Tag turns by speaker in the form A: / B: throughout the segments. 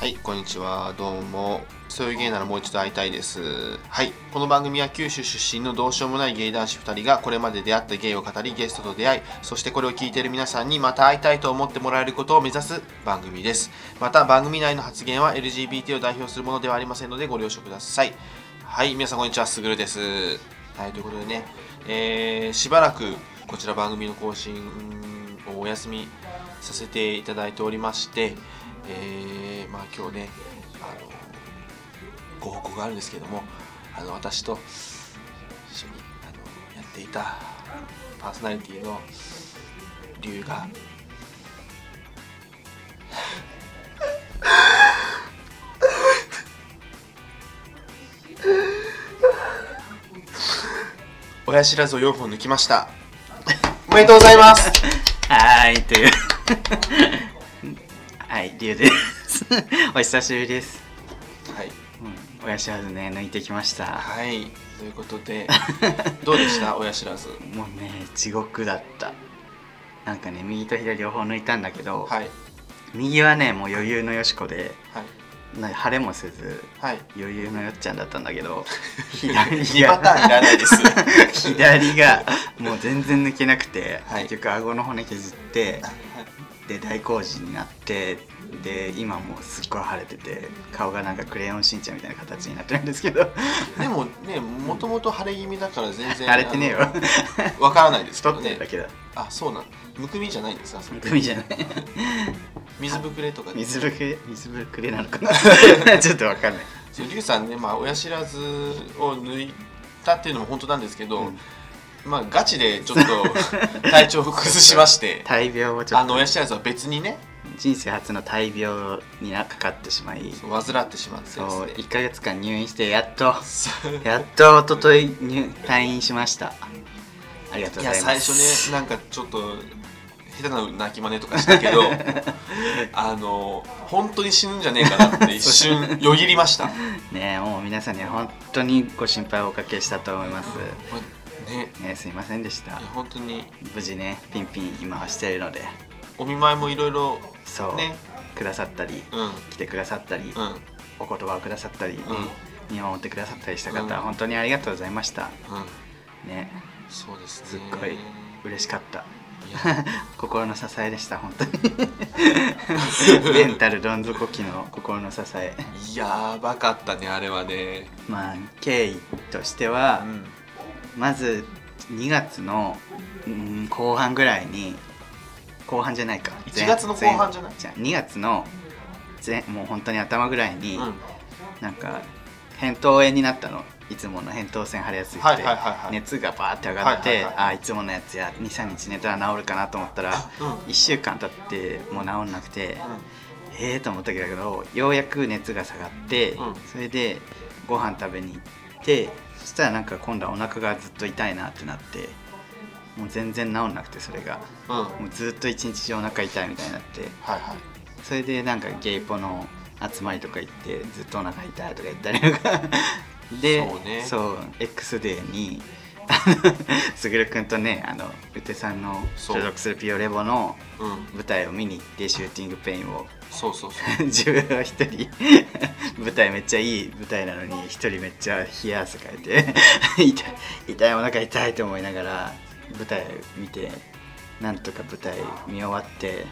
A: はい、こんにちは。どうも。そういう芸ならもう一度会いたいです。はい。この番組は九州出身のどうしようもない芸男子2人がこれまで出会った芸を語りゲストと出会い、そしてこれを聞いている皆さんにまた会いたいと思ってもらえることを目指す番組です。また番組内の発言は LGBT を代表するものではありませんのでご了承ください。はい、皆さんこんにちは。すぐるです。はい、ということでね、えーしばらくこちら番組の更新をお休みさせていただいておりまして、えーまあ今日ねあのご報告があるんですけどもあの私と一緒にあのやっていたパーソナリティの龍が親知らずを4本抜きましたおめでとうございます
B: はーい、という。 はい、りゅうです。 お久しぶりです。
A: はい
B: うん、親知らずね、抜いてきました。
A: はいということで どうでした親知らず
B: もうね、地獄だった。なんかね、右と左両方抜いたんだけど、
A: はい
B: 右はね、もう余裕のよしこで、
A: はい
B: な腫れもせず、
A: はい
B: 余裕のよっちゃんだったんだけ ど、
A: 2
B: 左
A: パターンい
B: が、
A: らないです
B: 左がもう全然抜けなくて、
A: はい
B: 結局顎の骨削って、で大工事になってで今もうすっごい腫れてて顔がなんかクレヨンしんちゃんみたいな形になってるんですけど
A: でもね、もともと晴れ気味だから全然
B: 腫れてねえよ
A: あのわからないですけ
B: 太
A: ど
B: ってる
A: ね
B: だ。けだ
A: あ、そうなん。むくみじゃないんですか。それ
B: むくみじゃない
A: 水ぶくれとかで。
B: 水ぶくれ水ぶくれなの かなちょっとわかんない
A: そう、リュウさんね、まあ親知らずを抜いたっていうのも本当なんですけど、
B: うん
A: まあガチでちょっ と体調を崩しまして、
B: 大病をちょ
A: あ
B: っ
A: の
B: と
A: 親知らずは別にね、
B: 人生初の大病になかかってしまい
A: そう患ってしまってですね
B: そう1ヶ月間入院してやっと
A: そう。
B: やっと一昨日入退院しましたありがとう
A: い
B: ご
A: や
B: ざい
A: 最
B: ま
A: 初ね
B: す
A: なんかちょっと下手な泣き真似とかしたけ どあの本当に死ぬんじゃねえかなって一瞬よぎりました。
B: ねえもう皆さんには本当にご心配をおかけしたと思います、
A: まね
B: ねえ、すいませんでした
A: いや本当に
B: 無事ねピンピン今はしてるので
A: お見舞いもいろいろ
B: そう、
A: ね
B: くださったり
A: うんうん
B: 来てくださったり、
A: うん
B: お言葉をくださったり、ね見守ってくださったりした方、
A: うん
B: 本当にありがとうございましたね
A: そうですね
B: すっごい嬉しかった
A: いや
B: 心の支えでした本 当にメンタルどん底期の心の支え
A: やばかったねあれはね
B: まあ経緯としては、
A: ん
B: まず2月の、うん、後半ぐらいに後半じゃないか
A: 1月の後半じゃない
B: じゃ2月の前もう本当に頭ぐらいに、
A: うんはい
B: なんか扁桃炎になったのいつもの扁桃腺腫れやすいって、
A: はいはいはい
B: 熱がバーって上がって、
A: はいはいはいはい
B: あいつものやつや23日寝たら治るかなと思 ったら
A: うん
B: 1週間経ってもう治んなくて、
A: う
B: ええと思ったけどようやく熱が下がって、
A: うん
B: それでご飯食べに行ってそしたらなんか今度はお腹がずっと痛いなってなってもう全然治んなくてそれが
A: んうん
B: もうずっと一日中お腹痛いみたいになって
A: はいはい
B: それでなんかゲイポの集まりとか行ってずっとお腹痛いとか言ったりと かで
A: そうね
B: そう X デーに すぐるくんとねあのうてさんの
A: そう
B: 所属するピオレボの
A: うん
B: 舞台を見に行ってシューティングペインを
A: そうそうそう
B: 自分は一人舞台めっちゃいい舞台なのに一人めっちゃ冷や汗かいて 痛い痛いお腹痛いと思いながら舞台見てなんとか舞台見終わって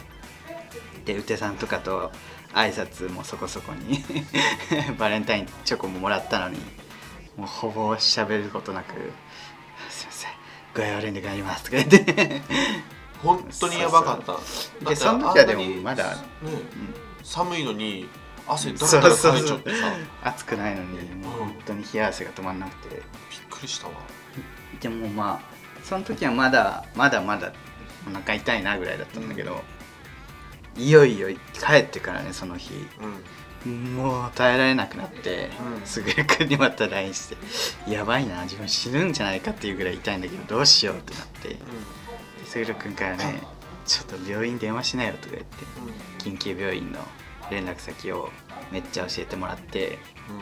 B: でうてさんとかと挨拶もそこそこに バレンタインチョコももらったのにもうほぼ喋ることなく「すいません具合悪いんで帰ります」とか言って
A: 本当にやばかっただって
B: でその時はでも
A: あんなに
B: まだ、
A: ね
B: うん
A: 寒いのに汗だらだらかいちゃ ってさ
B: 暑くないのにもう本当に冷や汗が止まんなくて
A: びっくりしたわ
B: でもまあその時はまだまだまだお腹痛いなぐらいだったんだけど、いよいよ帰ってからねその日
A: うん
B: もう耐えられなくなって、
A: うん
B: すぐくんにまた LINE して「やばいな自分死ぬんじゃないか」っていうぐらい痛いんだけどどうしようってなってですぐるくんからね「ちょっと病院電話しなよ」とか言って
A: うん
B: 緊急病院の連絡先をめっちゃ教えてもらって
A: うん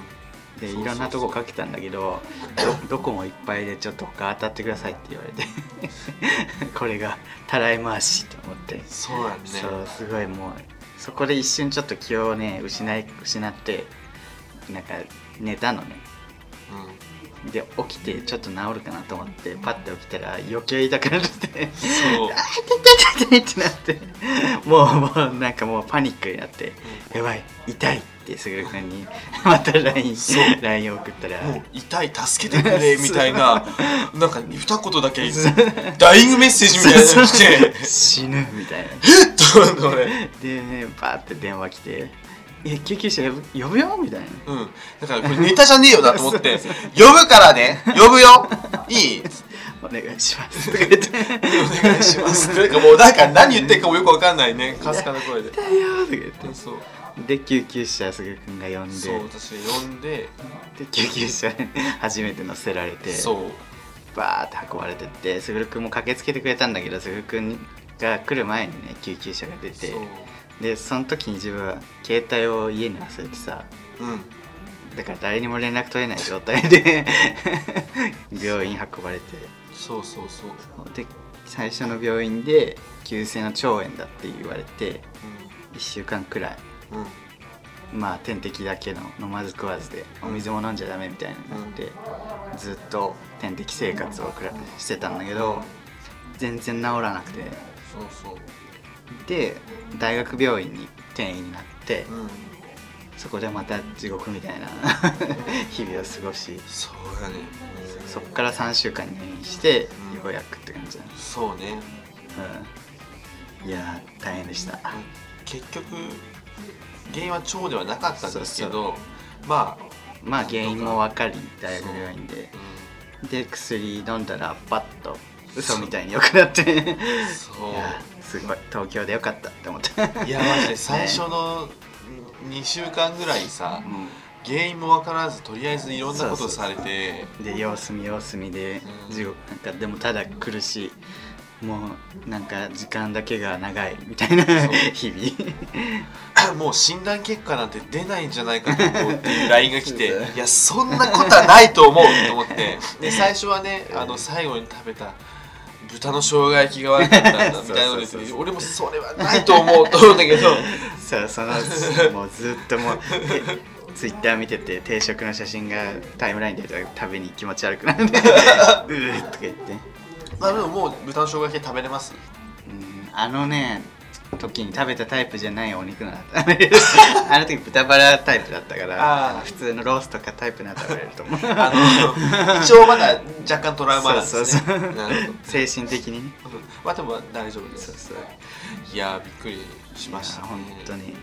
B: で
A: そうそうそ
B: い
A: う
B: ろんなとこかけたんだけどどどこもいっぱいでちょっと他当たってくださいって言われて これがたらい回しと思って、
A: そうなんね
B: そうすごいもうそこで一瞬ちょっと気をね失い失ってなんか寝たのねで起きてちょっと治るかなと思ってパッて起きたら余計痛くなって
A: そう
B: あ痛い痛い痛い痛いってなってもうもうなんかもうパニックになってやばい痛いってすぐるくんにまた LINE
A: そう
B: LINE を送ったら
A: もう痛い助けてくれみたい ななんか二言だけダイイングメッセージみたいなのが来て
B: 死ぬみたいな
A: と思って俺
B: でねバーって電話来て「いや救急車呼ぶ呼ぶよ」みたいな
A: うん、だからこれネタじゃねえよなと思って呼ぶからね呼ぶよいい
B: 「お願いします」とか言って
A: お願いしますなんかもうなんか何言ってるかもよくわかんないねかすかな声で
B: 「だよ」とか言って
A: そう
B: で救急車すぐるくんが呼んで
A: そう私呼んで
B: で救急車に初めて乗せられて
A: そう
B: バーって運ばれてってすぐるくんも駆けつけてくれたんだけどすぐるくんが来る前にね救急車が出て
A: そう
B: でその時に自分は携帯を家に忘れてさ
A: うん
B: だから誰にも連絡取れない状態で 病院運ばれて
A: そうそうそう、うん、
B: で最初の病院で急性の腸炎だって言われて1週間くらい
A: うん
B: まあ点滴だけの飲まず食わずでお水も飲んじゃダメみたいになって、ずっと点滴生活をくらしてたんだけど全然治らなくて
A: そうそう
B: で大学病院に転院になって
A: うん
B: そこでまた地獄みたいな 日々を過ごし
A: そうやねうん
B: そっから3週間入院してよ
A: うん
B: うやくって感じだね、
A: そうね
B: うん、いやー大変でした
A: 結局原因は腸ではなかったんですけど
B: そ
A: まあ
B: まあ原因も分かり大学病院で
A: う
B: で薬飲んだらパッと嘘みたいに良くなってい
A: んそう
B: やすごい東京でよかったって思った、
A: いや マジで最初 の2週間ぐらいさ
B: う
A: 原因も分からずとりあえずいろんなことされて
B: ん、で様子見様子見で
A: うん
B: 地獄なんかでもただ苦しいもうなんか時間だけが長いみたいな
A: そう
B: 日々
A: もう診断結果なんて出ないんじゃないかと思うっていう LINE が来て
B: そうだね
A: いやそんなことはないと思うと思 ってで最初はねあの最後に食べた豚の生姜焼きが悪かったんだみたいなので
B: そうそうそうそう
A: 俺もそれはないと思うと思うんだけ ど
B: そうそのもうずっともうツイッター見てて定食の写真がタイムラインで食べに気持ち悪くなって うーとか言って
A: まあでももう豚の生姜焼き食べれ ます
B: うんあのね時に食べたタイプじゃないお肉なんだった あの時豚バラタイプだったから
A: あー
B: 普通のロースとかタイプなら食べれると思う
A: あの一応まだ若干トラウマなんですね
B: そうそうそう
A: なるほど
B: 精神的にね
A: うんまあでも大丈夫です
B: そうそう
A: いやーびっくりしました、ね、
B: 本当に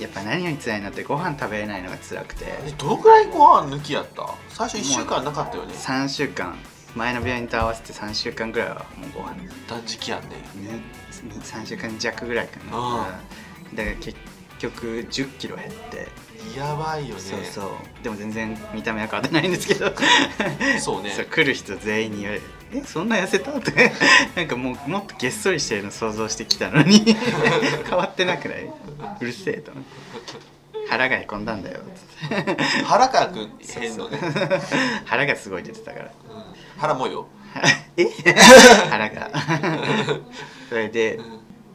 B: やっぱ何が辛いのってご飯食べれないのが辛くて
A: えどのくらいご飯抜きやった最初1週間なかったよね
B: 3週間前の病院と合わせて3週間ぐらいはもうご飯
A: 断食やんね
B: ね3週間弱ぐらいかな
A: あ
B: だから結局1 0キロ減って
A: やばいよね
B: そうそうでも全然見た目は変わってないんですけど
A: そうね
B: 来る人全員に言われる「えそんな痩せた?」 とかなんかもうもっとげっそりしてるの想像してきた のに変わってなくないうるせえと思って腹がへこんだんだ よつって
A: 腹からく変のね
B: 腹がすごい出てたから
A: うん腹もよ
B: え腹が それで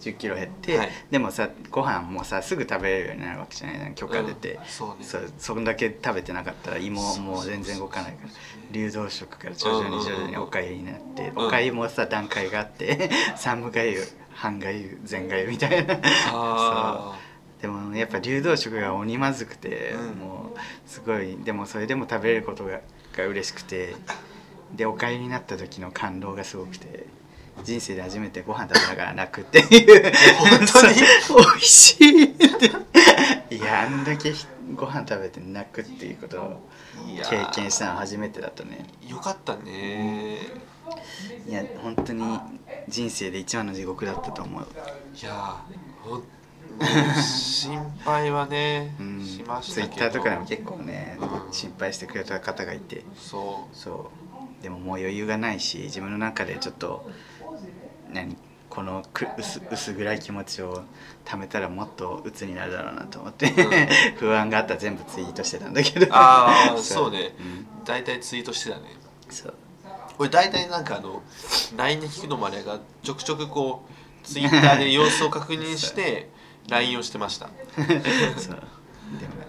B: 1 0キロ減って、
A: はい
B: でもさご飯もさすぐ食べれるようになるわけじゃない許可出て、
A: うんそうね
B: そうそんだけ食べてなかったら胃も
A: そうそうそう
B: もう全然動かないから流動食から徐々
A: うんうん
B: に
A: うん
B: 徐々におかゆになって、
A: うん
B: おかゆもさ段階があって 三無がゆ半がゆ全がゆみたいな
A: あ
B: そうでもやっぱ流動食が鬼まずくて、
A: うん
B: もうすごいでもそれでも食べれることがが嬉しくてでおかゆになった時の感動がすごくて人生で初めてご飯食べながら泣くっていう
A: 本当に
B: そう美味しいっていやあんだけひご飯食べて泣くっていうことを
A: いや
B: 経
A: ー
B: 験したの初めてだったね
A: よかったね
B: いや本当に人生で一番の地獄だったと思う
A: いやーほん心配はね、
B: うん
A: しまし
B: ツイ
A: た
B: ッ
A: けど
B: ターとかでも結構ね、
A: うん
B: 心配してくれた方がいて
A: そ
B: そうでももう余裕がないし自分の中でちょっと何このく薄薄暗い気持ちを貯めたらもっと鬱になるだろうなと思って、 不安があったら全部ツイートしてたんだけど
A: ああそうね
B: うん
A: 大体ツイートしてたね
B: そう
A: 俺大体なんかあの LINE で聞くのもあれがちょくちょくこうツイッターで様子を確認して LINE をしてました
B: そうでも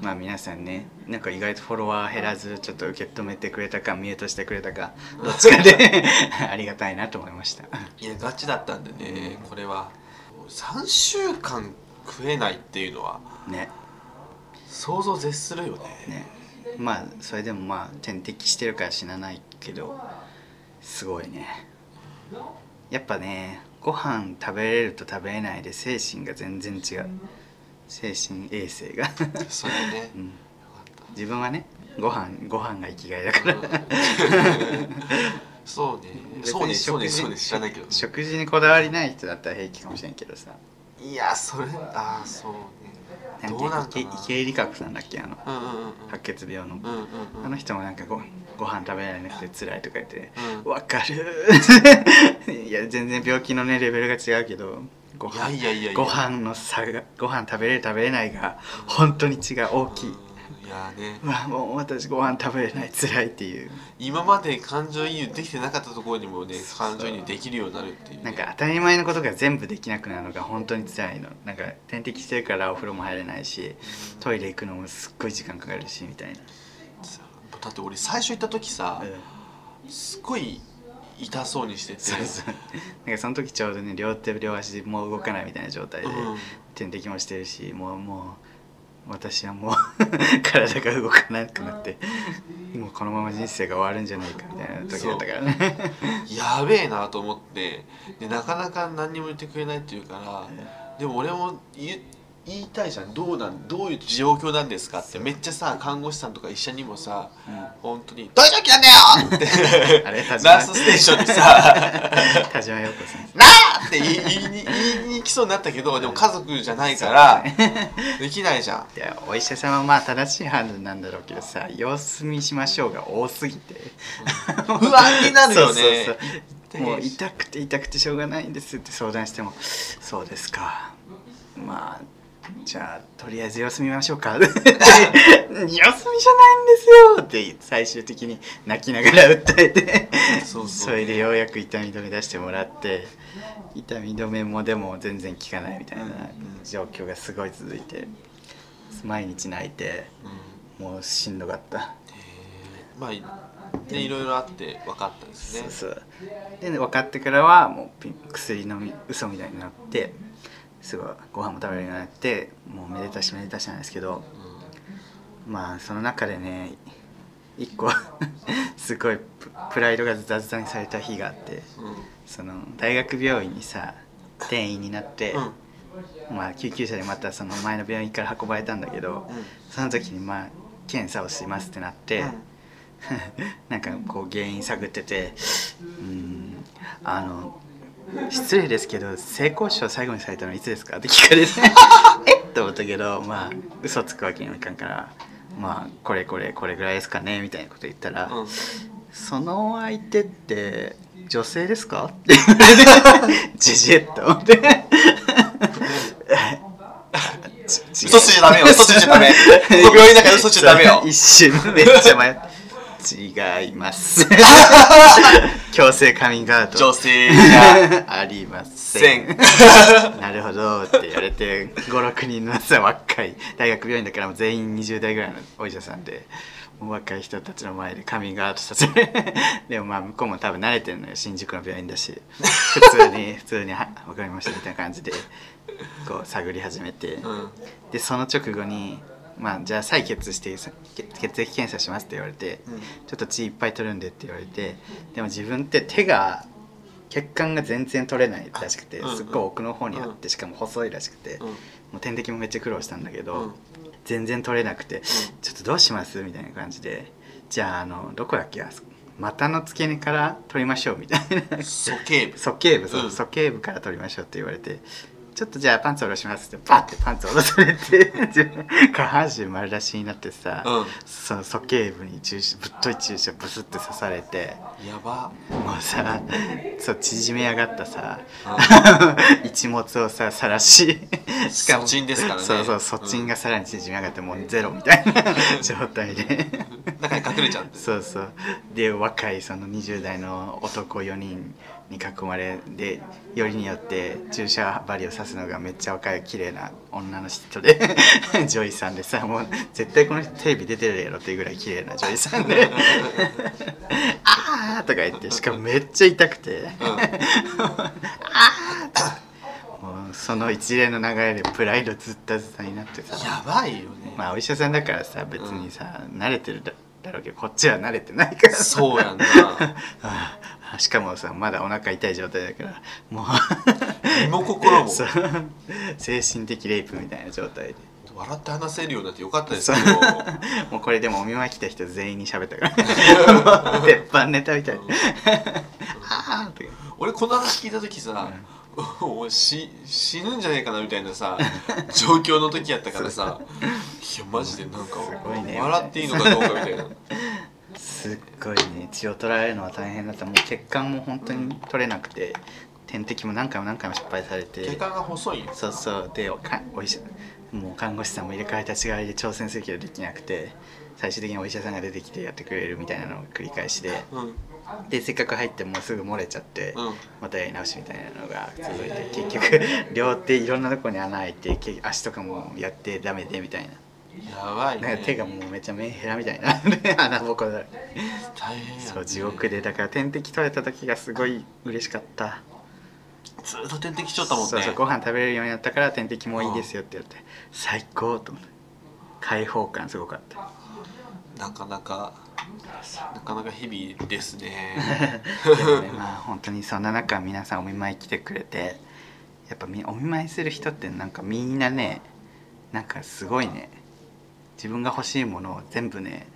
B: まあ皆さんねなんか意外とフォロワー減らずちょっと受け止めてくれたかミュートしてくれたかどっちかで ありがたいなと思いました
A: いやガチだったんでねこれは3週間食えないっていうのは
B: ね
A: 想像を絶するよね
B: ねまあそれでもまあ点滴してるから死なないけどすごいねやっぱねご飯食べれると食べれないで精神が全然違う精神衛 生が、
A: それね
B: うん、自分はねご飯ご飯が生きがいだから
A: そうねそうねそうねそうね知らないけど
B: 食事にこだわりない人だったら平気かもしれんけどさ
A: いやそれああそうね
B: な
A: ど
B: ん
A: うな
B: か
A: んか
B: 池
A: な
B: 池江璃花子さんだっけあの
A: うんうん
B: 白血病の、
A: うんうんうん
B: あ
A: うん
B: の人もなんかごご飯食べられなくて辛いとか言って「
A: うん
B: わ、かる! 」 いや全然病気のねレベルが違うけどご飯
A: いやいやいやいや
B: ご飯の差がご飯食べれる食べれないが本当に違う大きい。
A: うんいやね
B: うわもう私ご飯食べれない辛いっていう
A: 今まで感情移入できてなかったところにもね感情移入できるようになるっていうね
B: なんか当たり前のことが全部できなくなるのが本当に辛いのなんか点滴してるからお風呂も入れないしトイレ行くのもすっごい時間かかるしみたいな、
A: だって俺最初行った時さ
B: うん
A: すごい痛そうにしてて
B: そうそうなんかその時ちょうどね両手両足もう動かないみたいな状態で、
A: うん
B: 点滴もしてるしもうもう私はもう 体が動かなくなってもうこのまま人生が終わるんじゃないかみたいな時だったからね
A: やべえなと思ってでなかなか何にも言ってくれないっていうからでも俺も言言いたいじゃんどうなんどういう状況なんですかってめっちゃさ看護師さんとか医者にもさ、本当に「どういう状況なんだよ!」 って
B: あれ田島
A: ナースステーションにさ
B: 田島陽子先生
A: なあって言い言いに言いに来そうになったけどでも家族じゃないからできないじゃん
B: いやお医者さんはまあ正しい判断なんだろうけどさ様子見しましょうが多すぎて
A: 不安になるよね
B: そうそうそうもう痛くて痛くてしょうがないんですって相談してもそうですかまあじゃあとりあえず様子見ましょ うかって様子見じゃないんですよって最終的に泣きながら訴えて
A: そうそう
B: れでようやく痛み止め出してもらって痛み止めもでも全然効かないみたいな状況がすごい続いて毎日泣いてもうしんどかった
A: まあねいろいろあって分かったですね
B: そうそうで分かってからはもうピン薬飲み嘘みたいになってすごいご飯も食べれるようになってもうめでたしめでたしなんですけどまあその中でね一個 すごいププライドがズタズタにされた日があって
A: うんうん
B: その大学病院にさ転院になって、
A: うん
B: まあ、救急車でまたその前の病院から運ばれたんだけど、
A: うん
B: その時にまあ検査をしますってなって、
A: うん
B: なんかこう原因探っててうんあの失礼ですけど性交渉最後にされたのいつですかって聞か れてえっと思ったけどまあ嘘つくわけにはいかんからまあこれこれこれぐらいですかねみたいなこと言ったら、
A: うん
B: その相手って女性ですかって言われ てジジエッと思ってち違う
A: 嘘ついちゃダメよ嘘ついちゃダメ病院だから嘘ついちゃダメよ
B: 一瞬めっちゃ迷って違います 強制カミングアウト
A: 女性じゃ
B: ありませ
A: せん
B: ん なるほどって言われて56人のさ若い大学病院だからもう全員20代ぐらいのお医者さんでもう若い人たちの前でカミングアウトさせる でもまあ向こうも多分慣れてるのよ新宿の病院だし普通に普通に「は分かりました」みたいな感じでこう探り始めて、
A: うん
B: でその直後に「まあ、じゃあ採血してさ血血液検査します」って言われて、
A: うん
B: ちょっと血いっぱい取るんで」って言われてでも自分って手が血管が全然取れないらしくて
A: うんうん
B: すっごい奥の方にあってしかも細いらしくて、
A: うん
B: もう点滴もめっちゃ苦労したんだけど、
A: うん
B: 全然取れなくて「ちょっとどうします?」みたいな感じで「じゃああのどこだっけあそこ股の付け根から取りましょう」みたいな。
A: 素形部
B: 鼠径部そう、
A: うん
B: 鼠径部から取りましょうって言われてちょっとじゃあパンツ下ろしますってバッてパンツ下ろされて 自分下半身丸出しになってさ、
A: うん
B: その鼠径部に注射ぶっとい注射ブスって刺されて
A: やば
B: もうさそう縮め上がったさ 一物をささ らしし
A: 粗沈ですからね
B: そうそう粗沈がさらに縮め上がってもうゼロみた いな状態で。
A: 中に隠れちゃって
B: そうそうで若いその20代の男4人に囲まれでよりによって注射針を刺すのがめっちゃ若い綺麗な女の人 で女医さんでさもう絶対この人テレビ出てるやろっていうぐらい綺麗な女医さ んであーとか言ってしかもめっちゃ痛くてあーもうその一連の流れでプライドずったずたになってさ
A: やばいよね、
B: まあお医者さんだからさ別にさ、慣れてるだだろうけどこっちは慣れてないからさ
A: そう やんな
B: ああしかもさまだお腹痛い状態だからもう
A: 身も心も
B: そう精神的レイプみたいな状態で
A: 笑って話せるようになってよかったです
B: そう
A: けど
B: もうこれでもお見舞い来た人全員に喋った からもう鉄板ネタみたいなああとか
A: 俺この話聞いた時さ、もうし死ぬんじゃねえかなみたいなさ状況の時やったからさいやマジでなんか
B: すごいね
A: 笑っていいのかどうかみ たいな
B: すっごいね血を取られるのは大変だったもう血管も本当に取れなくて点滴も何回も何回も失敗されて
A: 血管が細いんです
B: そうそうでおかお医者もう看護師さんも入れ替え立ち替わりで挑戦するけどできなくて最終的にお医者さんが出てきてやってくれるみたいなのを繰り返しで
A: うんうん
B: でせっかく入ってもうすぐ漏れちゃって、またやり直しみたいなのが続いて結局 両手いろんなとこに穴開いてけ足とかもやってダメでみたいな
A: やばい
B: なん
A: ね
B: か手がもうめっちゃメンヘラみたいな 穴ぼこだらけ
A: 大変や、ね、
B: そう地獄でだから点滴取れた時がすごい嬉しかった。
A: ずっと点滴しちゃったもんね
B: そうそうご飯食べれるようになったから点滴もいいですよって言って最高と思って開放感すごか った
A: なかなかなかなか日々です ね
B: でもねまあ本当にそんな中皆さんお見舞い来てくれてやっぱみお見舞いする人ってなんかみんなねなんかすごいね自分が欲しいものを全部ね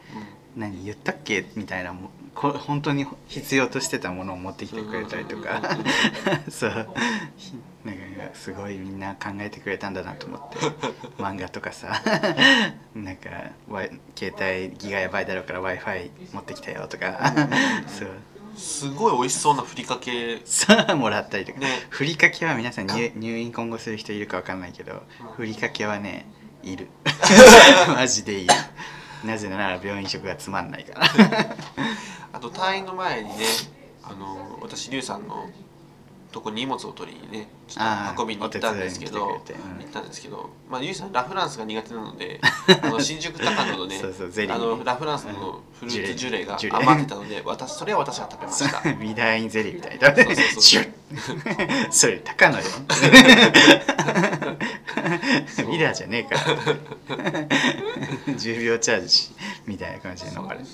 B: 何言ったっけみたいなもこ本当に必要としてたものを持ってきてくれたりとか そうひなんかすごいみんな考えてくれたんだなと思って漫画とか さなんかわ携帯ギガやばいだろうから w i f i 持ってきたよとかそう
A: うんすごい美味しそうなふりかけ
B: さあもらったりとか、
A: ね
B: ふりかけは皆さん入入院今後する人いるかわかんないけどふりかけはねい るマジでいるなぜなら病院食がつまんない から。
A: あと退院の前にねあの私リュウさんのとこに荷物を取りにねちょ
B: あ
A: っ
B: ー
A: と運びに行ったんですけ
B: お
A: ど
B: 手伝いに来てくれてうん
A: 行ったんですけど、まあ、リュウさんラ・フランスが苦手なので あの新宿高野のね
B: そうそうゼリー
A: あ
B: ね
A: のラ・フランスのフルーツジュレが
B: ジュレ
A: 余ってたので私それは私が食べま した
B: 美大にゼリーみたいだね
A: そうそうそう
B: シュッ それ高野よ ミラーじゃねえから 10秒チャージしみたいな感じで飲まれる
A: ね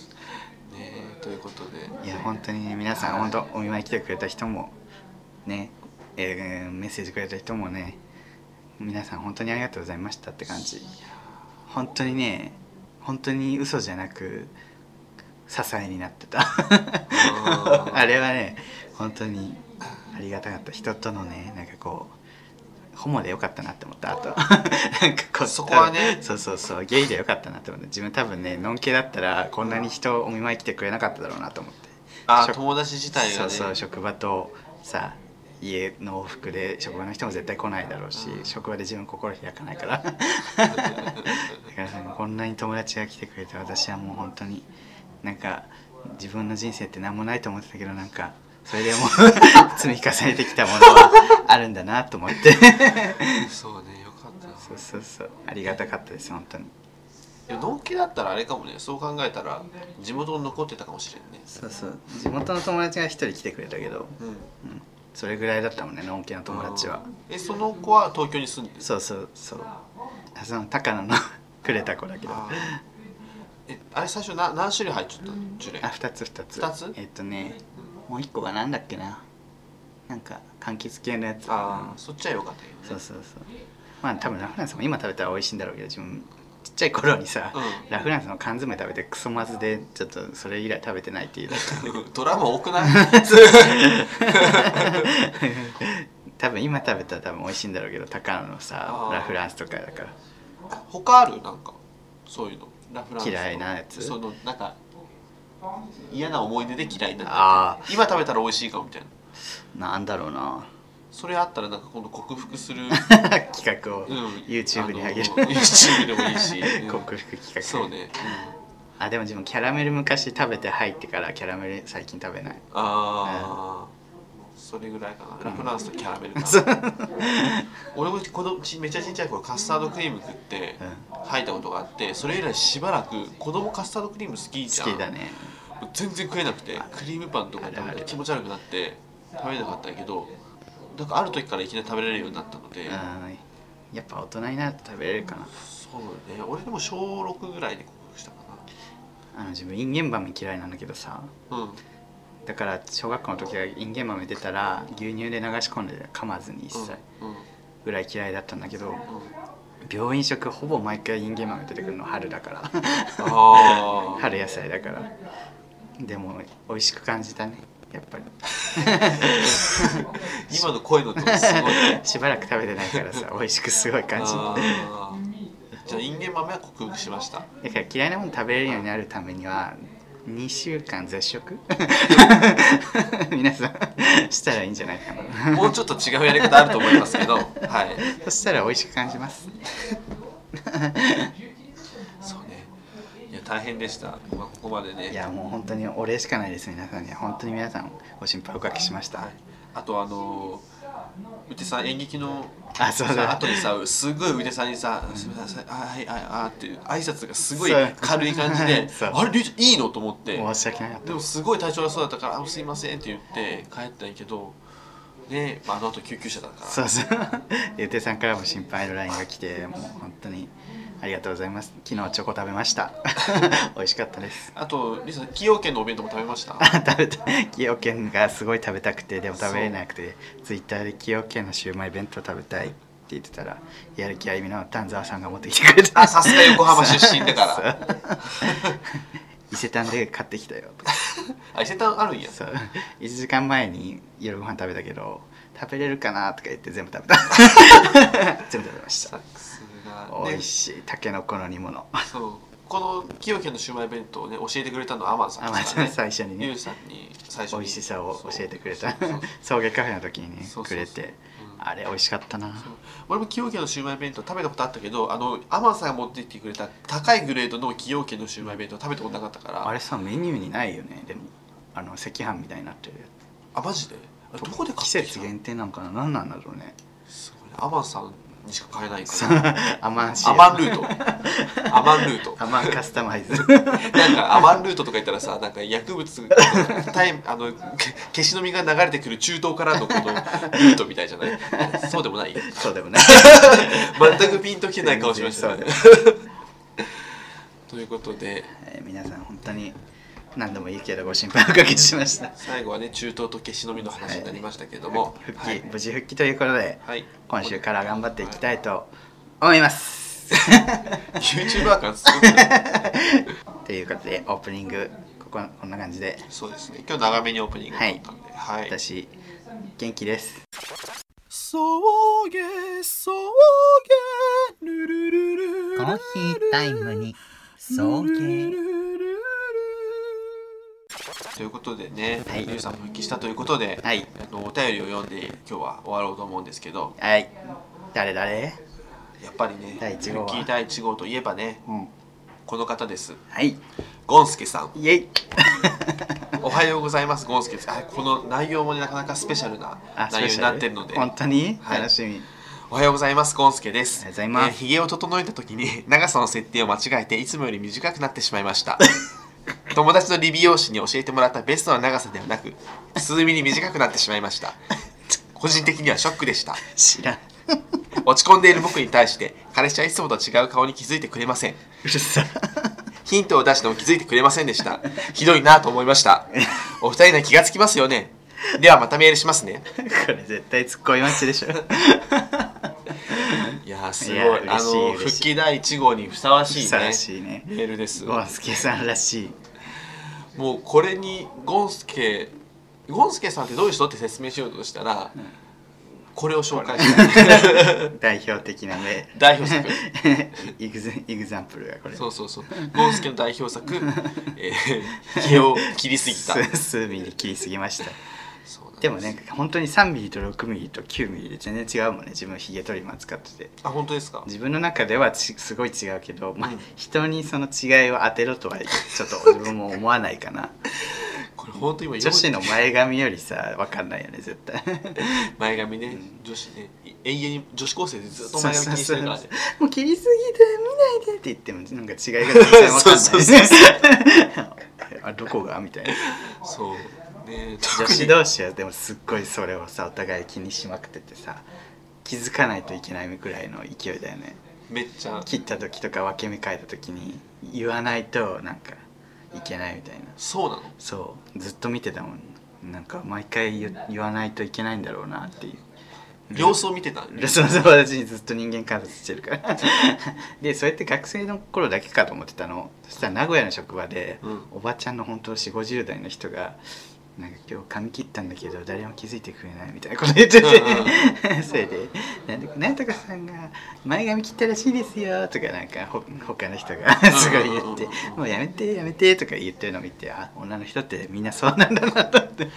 A: ということで
B: いや本当に皆さん本当お見舞い来てくれた人もね、えーメッセージくれた人もね皆さん本当にありがとうございましたって感じ本当にね本当に嘘じゃなく支えになってた
A: ー
B: あれはね本当にありがたかった人とのねなんかこうホモでよかったなって思ったあ となんかこう
A: そこはね
B: 多分そうそうそうゲイでよかったなって思って自分多分ねノンケだったらこんなに人お見舞い来てくれなかっただろうなと思って
A: あ
B: し
A: ー
B: ょ
A: 友達自体が
B: そう
A: ね
B: そう職場とさ家の往復で職場の人も絶対来ないだろうし、
A: うん
B: 職場で自分心開かないか らだからさこんなに友達が来てくれて私はもう本当になんか自分の人生って何もないと思ってたけどなんかそれでもう積み重ねてきたものはあるんだなと思って
A: そうねよかった
B: そうそうそうありがたかったです本当に
A: いやのんきだったらあれかもねそう考えたら地元に残ってたかもしれんね
B: そうそう地元の友達が一人来てくれたけど、
A: うん
B: うん、それぐらいだったもんねのんきな友達は。
A: えその子は東京に住んでる
B: そうそうそうあその高野の くれた子だけど
A: あ
B: あ
A: ーえあれ最初な何種類入っちゃったジュレ
B: 二つ二つ
A: 二つ
B: えっとねもう一個がなんだっけななんか柑橘系のやつ
A: ああそっちは良かったよね
B: そうそうそうまあ多分ラフランスも今食べたら美味しいんだろうけど自分ちっちゃい頃にさ、
A: うん
B: ラフランスの缶詰食べてクソまずでちょっとそれ以来食べてないっていうだけ
A: ドラマ多くない
B: 多分今食べたら多分美味しいんだろうけど高野の
A: あ
B: さ
A: ー
B: ラフランスとかだから
A: 他あるなんかそういうのラフランスの
B: 嫌いなやつ
A: そのなんか嫌な思い出で嫌いになった
B: あ
A: 今食べたら美味しいかみたいな
B: あなんだろうな
A: それあったらなんか今度克服する、うん、
B: 企画を YouTube に上げる
A: あ の YouTube でもいいし、うん
B: 克服企画
A: そうね、
B: あでも自分キャラメル昔食べて入ってからキャラメル最近食べない
A: ああ、それぐらいかな
B: うん
A: ラ・フランスとキャラメルか
B: そう
A: な 俺も子供ちめっちゃちっちゃい頃カスタードクリーム食って
B: うん
A: 吐いたことがあってそれ以来しばらく子供カスタードクリーム好きじゃん
B: 好きだね
A: 全然食えなくてクリームパンとか食
B: あるあ
A: べ
B: る
A: て気持ち悪くなって食べなかったけどなんかある時からいきなり食べれるようになったので、
B: うんやっぱ大人になると食べれるかな
A: そうね俺でも小6ぐらいで克服したか
B: あの自分インゲン豆嫌いなんだけどさ
A: なうん
B: だから小学校の時はインゲン豆出たら牛乳で流し込んで噛まずに一切
A: うんうん
B: ぐらい嫌いだったんだけど
A: うん
B: 病院食ほぼ毎回インゲン豆出てくるの春だから
A: ああ
B: 春野菜だからでも美味しく感じたねやっぱり
A: 今の声の音すごいね
B: しばらく食べてないからさ美味しくすごい感じ
A: あー じゃあインゲン豆は克服しました
B: だから嫌いなもの食べれるようになるためには2週間絶 食皆さんしたらいいんじゃないかな
A: もうちょっと違うやり方あると思います けどはい
B: そしたら美味しく感じます
A: そうねいや大変でした、まあ、ここまでね
B: いやもう本当にお礼しかないです皆さんに本当に皆さんご心配おかけしました、
A: はい、あとあのー、うてさん演劇の
B: あそうだ
A: さ後にさすごいうてさんにさ「すみませんあはいああ」っていう挨拶がすごい
B: そう
A: 軽い感じ
B: は
A: で「
B: い そう
A: あれりゅうちゃんいいの?」と思って
B: 申し訳なかっ
A: でもすごい体調悪そうだったから「あすいません」って言って帰ったんやけどねまあ、あの後救急車だか
B: た
A: ら
B: そうそうゆてさんからも心配の LINE が来てもう本当にありがとうございます昨日チョコ食べました 美味しかったです
A: あとりさん崎陽軒のお弁当も食べました
B: あ食べた崎陽軒がすごい食べたくてでも食べれなくてツイッターで崎陽軒のシウマイ弁当食べたいって言ってたらやる気ありみの丹沢さんが持ってきてくれた
A: あさすが横浜出身だから
B: ら 伊勢丹で買ってきたよとか
A: あ伊勢丹あるんや
B: そう1時間前に夜ご飯食べたけど食べれるかなとか言って全部食べた 全部食べまし
A: さ
B: た
A: すが
B: 美
A: ね
B: 味しいたけのこの煮物
A: そうこの崎陽軒のシウマイ弁当をね教えてくれたのは天野さんですから
B: 天野さん 最初にね
A: ゆうさんに最初
B: 美
A: に
B: 味しさを教えてくれた
A: そうそうそう
B: 送迎カフェの時にね
A: そうそうそう
B: くれて
A: うん
B: あれ美味しかったな
A: 俺も崎陽軒のシウマイ弁当食べたことあったけどあの天野さんが持ってきてくれた高いグレードの崎陽軒のシウマイ弁当食べたことなかったから
B: あれさメニューにないよねでもあの赤飯みたいになってるや
A: あマジであれ
B: つ
A: どこで買
B: 季
A: ってき
B: 節
A: た
B: 限定なんかな何なんだろ うね
A: すごいね天野さんにしか買えない
B: そ
A: か
B: う
A: ら
B: アマンシ
A: アマンルートアマンル ート
B: アマンカスタマ イズ
A: なんかアマンルートとか言ったらさなんか薬物タイあのけ消しの実が流れてくる中東からのこのルートみたいじゃないそうでもない
B: そうでもね
A: 全くピンときてない顔しましたねということで
B: えー皆さん本当に何度も言うけどご心配おかけしました
A: 最後はね中東と消しの実の話になりましたけれども
B: 復帰、
A: はい、
B: 無事復帰ということで、
A: はい
B: 今週から頑張っていきたいと思 います、
A: YouTuber 感すごくない
B: ということでオープニングこここんな感じで
A: そうですね今日長めにオープニングだったんではい、
B: 私元気です
A: そうげそうげルルルル
C: コーヒータイムに送迎
A: ということでね、
B: はい
A: ゆうさんも復帰したということで、
B: はい
A: あのお便りを読んで今日は終わろうと思うんですけど
B: はい誰誰
A: やっぱりね
B: 第一号は
A: 復帰第1号といえばね
B: うん
A: この方です
B: はい
A: ゴンスケさん
B: イエイ
A: おはようございますゴンスケですあこの内容もねなかなかスペシャルな
B: あ
A: 内容になってるので
B: 本当に
A: はい
B: 楽しみ、
A: おはようございます、ゴンスケです。
B: おはようございます
A: えーひげを整えた時に長さの設定を間違えていつもより短くなってしまいま した。友達の理美容師に教えてもらったベストな長さではなく、数ミリ短くなってしまいました。個人的にはショックでした。
B: 知らん
A: 落ち込んでいる僕に対して、彼氏はいつもと違う顔に気づいてくれません。
B: うるさ
A: ヒントを出しても気づいてくれませんで した。ひどいなと思いました。お二人の気がつきますよね。ではまたメールします ね。
B: これ絶対ツッコミ待ちでしょ
A: いやーすごい
B: いや
A: あ
B: 嬉しい
A: の
B: 嬉しい
A: 復帰第1号にふさわしいね
B: ふさわしいね
A: メールです
B: ゴンスケさんらしい
A: もうこれにゴンスケゴンスケさんってどういう人って説明しようとしたら、これを紹介したい
B: 代表的なね
A: 代表作
B: イグザイグザンプルがこ れ
A: そうそうそうゴンスケの代表 作「えー、毛を切りすぎた」
B: 数 数ミリ切りすぎました
A: そうなんす
B: でもね本当に3ミリと6ミリと9ミリで全然違うもんね自分ヒゲトリマー使ってて
A: あ本当ですか
B: 自分の中ではちすごい違うけど、まあ
A: うん、
B: 人にその違いを当てろとはちょっと自分も思わないかな
A: こ本当今
B: 女子の前髪よりさ分かんないよね絶対
A: 前髪ね女子ね永遠に女子高生でずっと前髪気にしてるからね
B: もう切りすぎて見ないでって言ってもなんか違いが全然分かんない
A: そうそうそ
B: あどこがみたいな
A: そうね
B: 女
A: 特
B: 子
A: に
B: 同士はでもすっごいそれをさお互い気にしまくっててさ気づかないといけないくらいの勢いだよね
A: めっちゃ
B: 切った時とか分け目変えた時に言わないとなんかいけないみたいな
A: そうなの
B: そうずっと見てたもんなんか毎回言言わないといけないんだろうなっていう
A: 様子を見てた
B: 留守の友達にずっと人間観察してるから でそれって学生の頃だけかと思ってたのそしたら名古屋の職場で、
A: うん
B: おばちゃんの本当4 5 0代の人が「なんか今日髪切ったんだけど誰も気づいてくれない」みたいなこと 言ってて、
A: う
B: それで「なんとかなんとかさんが前髪切ったらしいですよ」とかなんかほ他の人が すごい言って
A: うんうんうんう
B: 「
A: ん
B: もうやめてやめて」とか言ってるの見てあ女の人ってみんなそうなんだなと思って。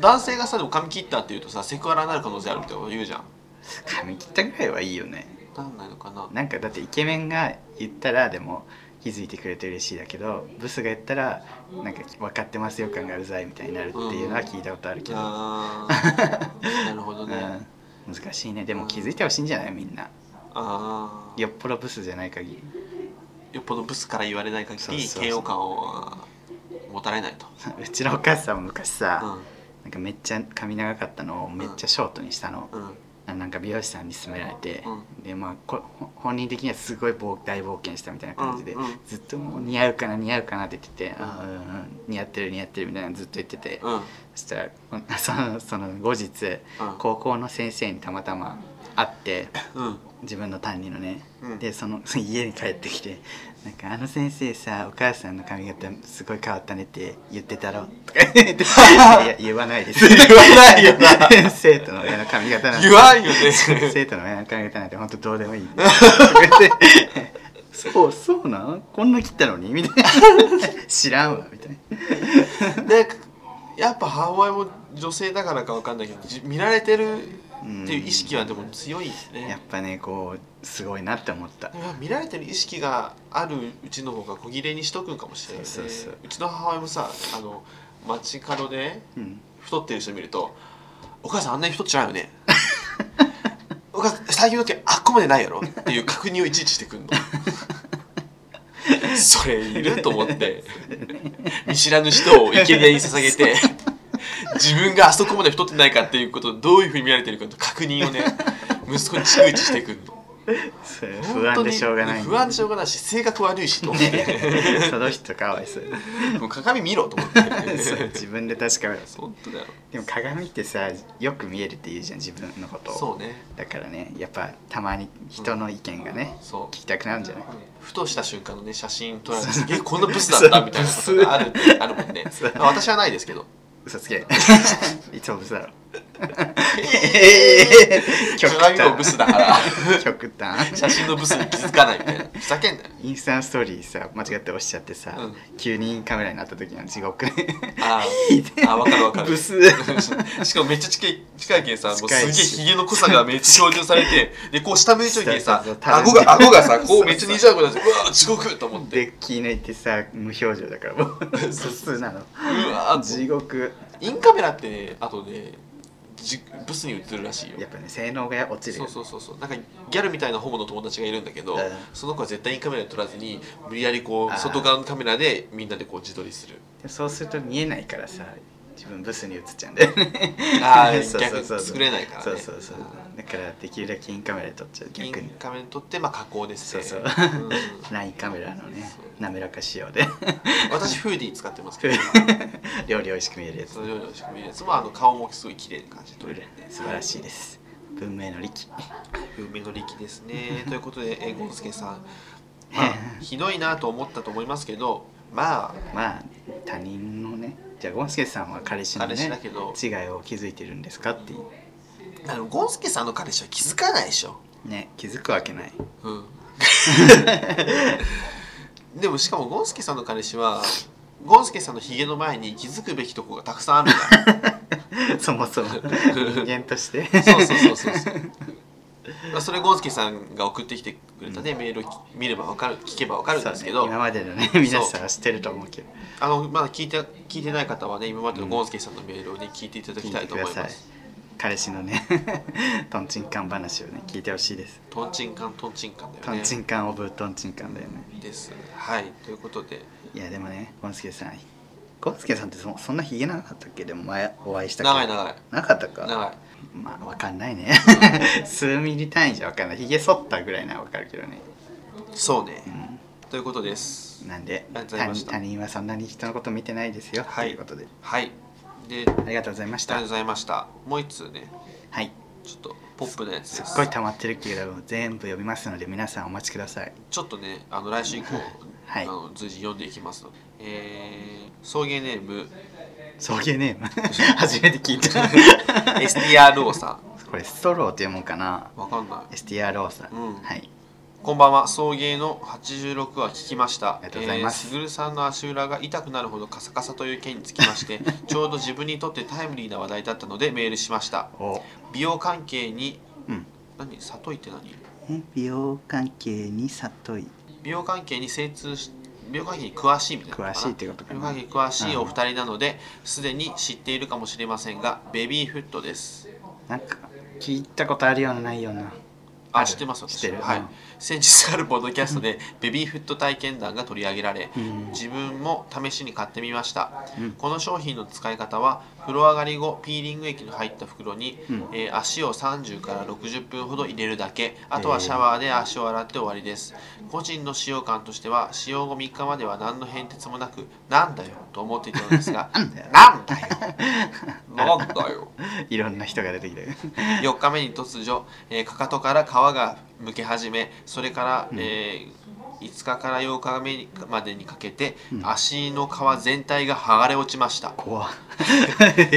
A: 男性がさでも髪切ったっていうとさセクハラになる可能性あるみたいなこと言うじゃん
B: 髪切ったぐらいはいいよね
A: なんないのかな
B: なんかだってイケメンが言ったらでも気づいてくれて嬉しいだけどブスが言ったらなんか分かってますよ感がうざいみたいになるっていうのは聞いたことあるけど、
A: あーなるほど
B: うん
A: ね、
B: 難しいねでも気づいてほしいんじゃないみんな
A: ああ
B: よっぽどブスじゃない限り
A: よっぽどブスから言われない限
B: そう
A: り
B: そうそう
A: 嫌悪感を持たれないと、
B: うちのお母さんも昔さ、
A: う
B: なんかめっちゃ髪長かったのをめっちゃショートにした
A: ん
B: の、
A: うん、
B: あなんか美容師さんに勧められて、
A: う
B: でまあこほ本人的にはすごい冒大冒険したみたいな感じで、
A: うんうん
B: ずっともう似合うかな似合うかなって言ってて、あーうんうん、似合ってる似合ってるみたいなのずっと言ってて、
A: うん
B: そしたら こんそのその後日
A: うん
B: 高校の先生にたまたま会って
A: うん
B: 自分の担任のね、
A: うん
B: でその 家に帰ってきて「なんかあの先生さお母さんの髪型すごい変わったねって言っ てたろ」とか言って「いや言わないです」
A: 言わないよな
B: 生徒の親の髪型なんて
A: 言わ んよね
B: 生徒の親の髪型なんて本当どう でもいいとか言ってそうそうなんこんな切ったのにみたいな 知らんわみたい
A: な
B: な
A: んかやっぱ母親も女性だからかわかんないけどじ見られてるっていう意識はでも強いです
B: やっ
A: ね
B: ぱねこうすごいなって思った
A: うわ見られてる意識があるうちの方が小切れにしとくんかもしれないね
B: そうそうそう
A: うちの母親もさあの街角で
B: うん
A: 太ってる人見ると「お母さんあんなに太っちゃうよね」 「お母さん最近の時あっこまでないやろ」っていう確認をいちいちしてくんの それいると思 って見知らぬ人を生贄に捧げて自分があそこまで太ってないかっていうことをどういうふうに見られてるかの確認をね息子に逐一してくんの
B: それ不安でしょうがな
A: 本当
B: い
A: に不安でしょうがないし性格悪いしと思 って
B: ねその人かわい そう
A: もう鏡見ろと思って
B: そう自分で確かめろ
A: 本当だよ
B: でも鏡ってさよく見えるって言うじゃん自分のことを
A: そうね
B: だからねやっぱたまに人の意見がね、
A: そう
B: 聞きたくなるんじゃない
A: ふとした瞬間のね写真撮られ てえこんなブスだったみたいなことがあるあるもんね
B: そう
A: あ私はないですけど
B: 嘘 つけいつもブスだろ
A: 鏡もブスだから
B: 極端
A: 写真のブスに気づかないみたいなふざけんなよ
B: インスタのストーリーさ間違って押しちゃってさ、
A: う
B: 急にカメラになった時の地獄ね
A: あ
B: いいね
A: ーあ分かる分かる
B: ブス
A: しかもめっちゃ近い近いけんさもうす
B: 近いし
A: げえヒゲの濃さがめっちゃ表示され てでこう下向いといてさ
B: そうそうそう
A: 顎が顎がさこうめっちゃにじゃうことになってうわ地獄と思って
B: で気抜いてさ無表情だからもう 普通なの
A: うわ
B: 地獄
A: インカメラってねあとねじブスに映るらしいよ
B: やっぱね性能が落ちる
A: そ
B: よ
A: うそうそうそうなんかギャルみたいなホモの友達がいるんだけど、
B: うん
A: その子は絶対にカメラで撮らずに無理やりこ
B: あー
A: う外側のカメラでみんなでこう自撮りする
B: でそうすると見えないからさ自分ブスに映っちゃうんだよね
A: あー
B: そうそうそ
A: 逆
B: う
A: に作れないからね
B: そうそうそうだからできるだけインカメラで撮っちゃう
A: イン
B: 逆に
A: カメラに撮ってまあ加工です
B: そ
A: ね
B: うそう、
A: ん
B: ラインカメラのね滑らか仕 様で
A: 私フーディー使ってますけど
B: 料理美味しく見えるやつ
A: その料理の仕組みのやつもあの顔もすごい綺麗な感じで撮れるんで
B: 素晴らしいです文明の利器
A: 運命の力ですねということでえーゴンスケ さんまあひどいなと思ったと思いますけどまあ
B: まあ他人のねじゃあゴンスケさんは彼氏の
A: 彼氏だ
B: ね
A: けど
B: 違いを気づいてるんですかっていう
A: あのゴンスケさんの彼氏は気づかないでしょ
B: ね気づくわけ ない
A: うん でもしかもゴンスケさんの彼氏はゴンスケさんのヒゲの前に気づくべきとこがたくさんあるんだ
B: そもそも人間として
A: そうそうそうそうそうまあそれゴンスケさんが送ってきてくれたね、メールをき見ればわかる聞けばわかるんですけ
B: そ
A: ど、
B: うね今までのね皆さんは知ってると思うけど
A: あのまだ聞いて聞いてない方はね今までのゴンスケさんのメールをね聞いていただ
B: 聞
A: き
B: い
A: た
B: て
A: いと
B: くだ
A: 思い
B: さ
A: ま
B: い
A: す。
B: 彼氏のね トンチンカン話をね聞いてほしいです
A: トンチンカントンチンカンだよね。
B: トンチンカンオブトンチンカンだよね
A: です。はいということで
B: いやでもねゴンスケさんゴンスケさんってそそんなひげなかったっけでも前お会いしたけど
A: 長い長い
B: なかったか
A: 長い。
B: まあわかんないね 数ミリ単位じゃわかんないひげ剃ったぐらいならわかるけどね、
A: そうね。
B: う
A: ということです
B: ん、。なんで
A: ありがとうござい
B: 他
A: まし
B: 人
A: た
B: 他人はそんなに人のこと見てないですよ、
A: はい
B: ということで
A: はい。でありが
B: ありがとうございまし
A: と
B: た
A: うございました。もう一通ね
B: はい
A: ちょっとポップなやつ
B: す
A: で
B: っ
A: す。
B: ごい溜まってるけれども全部読みますので皆さんお待ちください
A: ちょっとねあの来週以降、
B: はい
A: あの随時読んでいきますので。えー、送迎ネー ム
B: 送迎ネ ーム初めて聞いた
A: STRO さん。
B: これストローって読むんかな
A: わかんない。
B: STRO さん、
A: うん
B: はい
A: こんばんは、送迎の86話聞きました。
B: ありがとうございま
A: え
B: す
A: ーすぐるさんの足裏が痛くなるほどカサカサという件につきまして、 ちょうど自分にとってタイムリーな話題だったのでメールしました。
B: お
A: 美容関係に、
B: うん
A: 何里いって何
B: え美容関係に里い
A: 美容関係に精通し、美容関係に詳しいみたいなのかな。
B: 詳しいってことか
A: 美容
B: な
A: 関係に詳しいお二人なので、すでに知っているかもしれませんが、ベビーフットです。
B: なんか聞いたことあるようなないような
A: あ
B: ある
A: 知ってます
B: 知ってる
A: はい
B: うん
A: 先日あるポッドキャストでベビーフット体験談が取り上げられ、
B: うん
A: 自分も試しに買ってみました、
B: うん
A: この商品の使い方は風呂上がり後ピーリング液の入った袋に、
B: うん
A: えー足を30から60分ほど入れるだけあとはシャワーで足を洗って終わりです個人の使用感としては使用後3日までは何の変哲もなくなんだよと思っていたのですが
B: なんだよ
A: なんだよなんだよ
B: いろんな人が出て きたよ
A: 4日目に突如、えーかかとから皮がむけ始めそれから、えー5日から8日目にまでにかけて、足の皮全体が剥がれ落ちました
B: 怖っ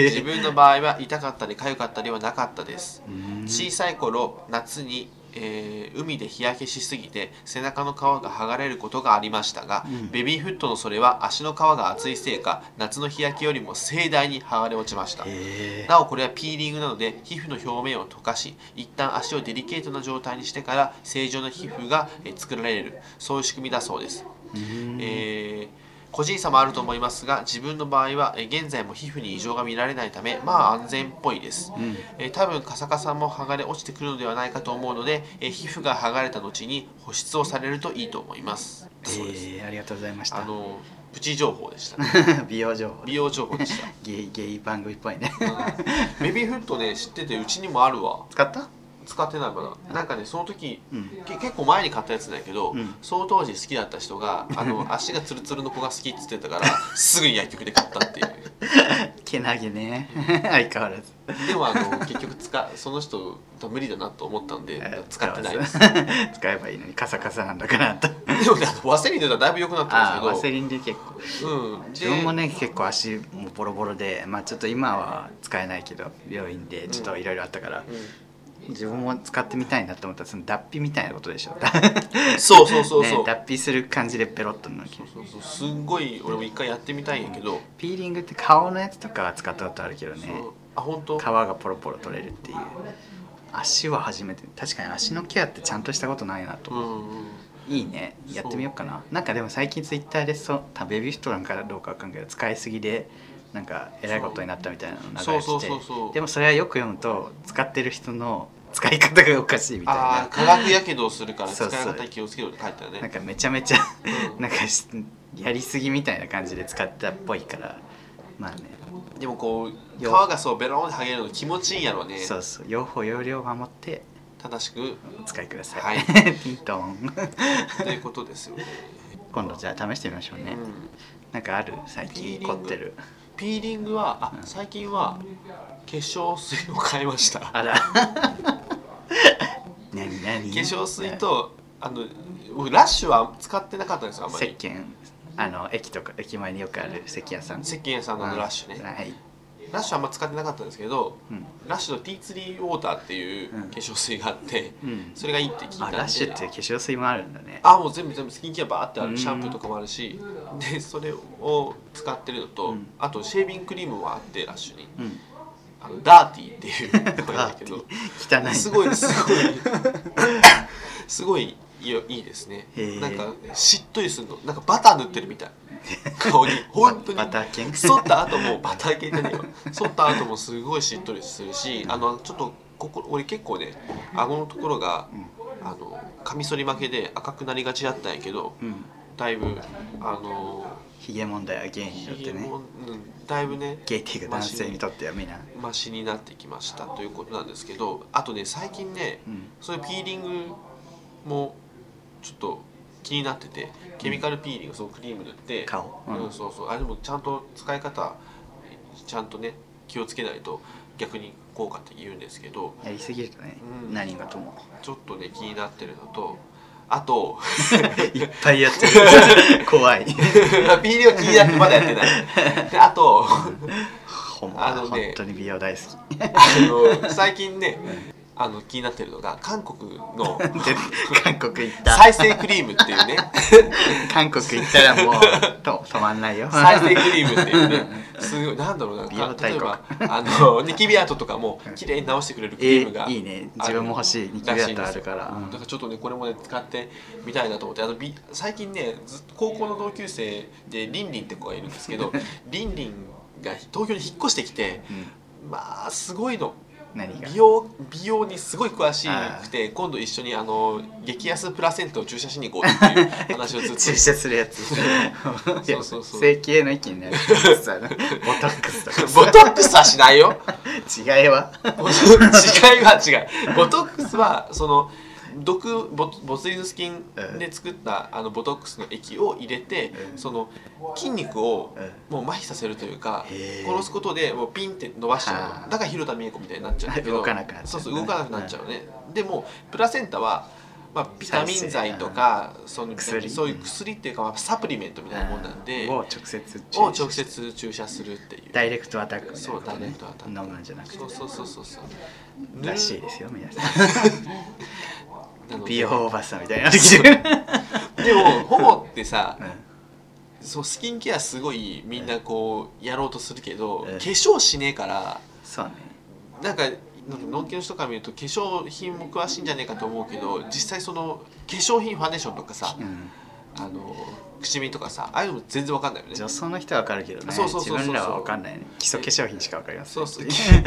A: 自分の場合は痛かったり痒かったりはなかったです
B: うん
A: 小さい頃夏に、えー海で日焼けしすぎて背中の皮が剥がれることがありましたが、
B: ん
A: ベビーフットのそれは足の皮が厚いせいか夏の日焼けよりも盛大に剥がれ落ちました
B: えー
A: なおこれはピーリングなので皮膚の表面を溶かし一旦足をデリケートな状態にしてから正常な皮膚がえー作られるそういう仕組みだそうです、
B: うん
A: えー個人差もあると思いますが自分の場合はえー現在も皮膚に異常が見られないためまあ安全っぽいです、
B: ん
A: えー多分カサカサも剥がれ落ちてくるのではないかと思うので、えー皮膚が剥がれた後に保湿をされるといいと思います、
B: え
A: そうです
B: ーありがとうございました
A: あのプチ情報でした、ね、
B: 美容情報
A: 美容情報で した
B: ゲイゲイ番組っぽいね
A: ベビーフットね知っててうちにもあるわ
B: 使った
A: 使ってないまだなんかねその時、
B: うん
A: け結構前に買ったやつだけど、
B: うん
A: その当時好きだった人があの 足がツルツルの子が好きっつってたからすぐに薬局で買ったってい う
B: けなげね相変わらず
A: でもあの結局使その人無理だなと思ったんで使ってないです
B: 使えばいいのにカサカサなんだからあん た
A: でもねあのワセリンでだいぶ良くなった
B: あ
A: ん
B: ーワ
A: です
B: セ
A: け
B: リンで結構
A: どうん
B: 自分もね結構足もボロボロでまあちょっと今は使えないけど病院でちょっといろいろあったから、
A: う
B: 自分も使ってみたいなと思ったらその脱皮みたいなことでしょ
A: んそう そうそうそう、
B: ね、脱皮する感じでペロッとなるけど
A: そうそうすんごい俺も一回やってみたいんやけど、
B: ピーリングって顔のやつとかは使ったことあるけどね
A: そうあ本当
B: 皮がポロポロ取れるっていう足は初めて確かに足のケアってちゃんとしたことないなと
A: う
B: 思う、
A: んうん
B: いいねやってみようかななんかでも最近ツイッターでそうたベビーフットなんかどうかわかんないけど使いすぎでなんかえらいことになったみたいなの流
A: そう
B: れ
A: そう
B: て
A: そうそう
B: てでもそれはよく読むと使ってる人の使い方がおかしいみたい
A: ああ
B: な
A: 化学やけどをするから使
B: そ
A: いう
B: そう
A: 方に気をつけろって書いてあるね
B: なんかめちゃめちゃ
A: うん
B: なんかしやりすぎみたいな感じで使ったっぽいからまあね
A: でもこう皮
B: よ
A: がそうベロンって剥げるの気持ちいいんやろね
B: そうそう用法用量を守って
A: 正し く
B: お使いください、
A: は
B: ピントン
A: ということですよね、
B: 今度じゃあ試してみましょう
A: う
B: ね、
A: ん、
B: なんかある最
A: ピーリン
B: 近
A: グ
B: 凝ってる
A: ピーリングはあ最近は化粧水を買いました化
B: あら 何何
A: 粧水とあの僕ラッシュは使ってなかったんですよあんま
B: 石
A: り
B: 鹸あの駅とか駅前によくある石鹸屋さん
A: 石鹸屋さんのあのラッシュね
B: はい、
A: ラッシュはあんま使ってなかったんですけど
B: うん
A: ラッシュのティーツリーウォーターっていう
B: うん
A: 化粧水があって、
B: うん
A: それがいいって聞いたん
B: あ
A: で
B: ラッシュっていう化粧水もあるんだね
A: あもう全部全部スキンケアバーってあ
B: う
A: る
B: ん
A: シャンプーとかもあるしでそれを使ってるのと、
B: うん
A: あとシェービングクリームはあってラッシュに
B: うん
A: あのダーティーっていう声だけど
B: 汚いな
A: すごいすごいすごいいいいいですね
B: へー
A: なんかしっとりするのなんかバター塗ってるみたい顔に 本当に
B: バター犬
A: 剃った後もバター系じゃねえわ剃った後もすごいしっとりするしあのちょっとここ俺結構ね顎のところが、あのカミソリ負けで赤くなりがちだったんやけど
B: うん
A: だいぶあの
B: ヒゲ問題はゲイにとってね
A: もうんだいぶね
B: ゲイっていうか男性にとってはみんな
A: マシになってきましたということなんですけどあとね最近ね
B: うん
A: そういうピーリングもちょっと気になっててケミカルピーリングそうクリーム塗って
B: 顔
A: う
B: うんん
A: そうそうあでもちゃんと使い方ちゃんとね気をつけないと逆に効果って言うんですけど
B: やりすぎるとね
A: うん
B: 何事も
A: ちょっとね気になってるのとあと
B: いっぱいやってる怖い
A: ピーリングは気になってまだやってないであと
B: ほん
A: あ
B: ま
A: のね
B: 本当に美容大好 き
A: あの最近ねあの気になってるのが韓国の
B: で韓国行った
A: 再生クリームっていうね
B: 韓国行ったらもうと止まんないよ
A: 再生クリームっていうねすごいなんだろうな
B: 美容大
A: 例え
B: 国
A: ばあのニキビ跡とかも綺麗に直してくれるクリームが、
B: えいいね自分も欲しいニキビ跡あるから
A: しいんですよ
B: うん
A: だからちょっとねこれもね使ってみたいなと思ってあのび最近ねずっと高校の同級生でリンリンって子がいるんですけどリンリンが東京に引っ越してきて
B: うん
A: まあすごいの
B: 何が
A: 美容美容にすごい詳しくて今度一緒にあの激安プラセントを注射しに行こうっていう話をず っと
B: 注射する やつ
A: そうそうそう
B: 整形の域にな るやつさボトックスと
A: ボ
B: か
A: トックスはしないよ
B: 違いは
A: ボト違いは違うボトックスはその毒ボボツリヌス菌で作ったあのボトックスの液を入れて
B: うん
A: その筋肉を
B: うん
A: もう麻痺させるというか
B: へー
A: 殺すことでもうピンって伸ばしちゃう
B: あ
A: の
B: ー
A: だから広田美恵子みたいになっちゃうんだけど
B: 動かなくなっちゃ
A: そ
B: う
A: うそう動かなくなっちゃうねでもプラセンタはまあ、ビタミン剤とかその
B: 薬
A: そういう薬っていうか、まあ、サプリメントみたいなもんなんで
B: を
A: を
B: 直接注射
A: 直接注射するっていう
B: ダイレクトアタックみたい
A: そ
B: な
A: うダイレクトアタック
B: 飲むんじゃなくて
A: そうそうそうそうそう
B: らしいですよ皆さん
A: なので
B: 美容おばさんみたいな時
A: で
B: で
A: もほぼってさ
B: うん
A: そうスキンケアすごいみんなこうやろうとするけど化
B: ええ
A: 粧しねえから
B: そうね
A: なんかなんかのんけの人から見ると化粧品も詳しいんじゃねえかと思うけど実際その化粧品ファンデーションとかさ
B: うん
A: あのくしみとかさああいうの全然わかんないよね
B: 女装の人はわかるけどね
A: そうそうそう
B: 自
A: そう
B: 分らはわかんないね基礎化粧品しかわかりませ
A: そ
B: ん
A: う そうスキ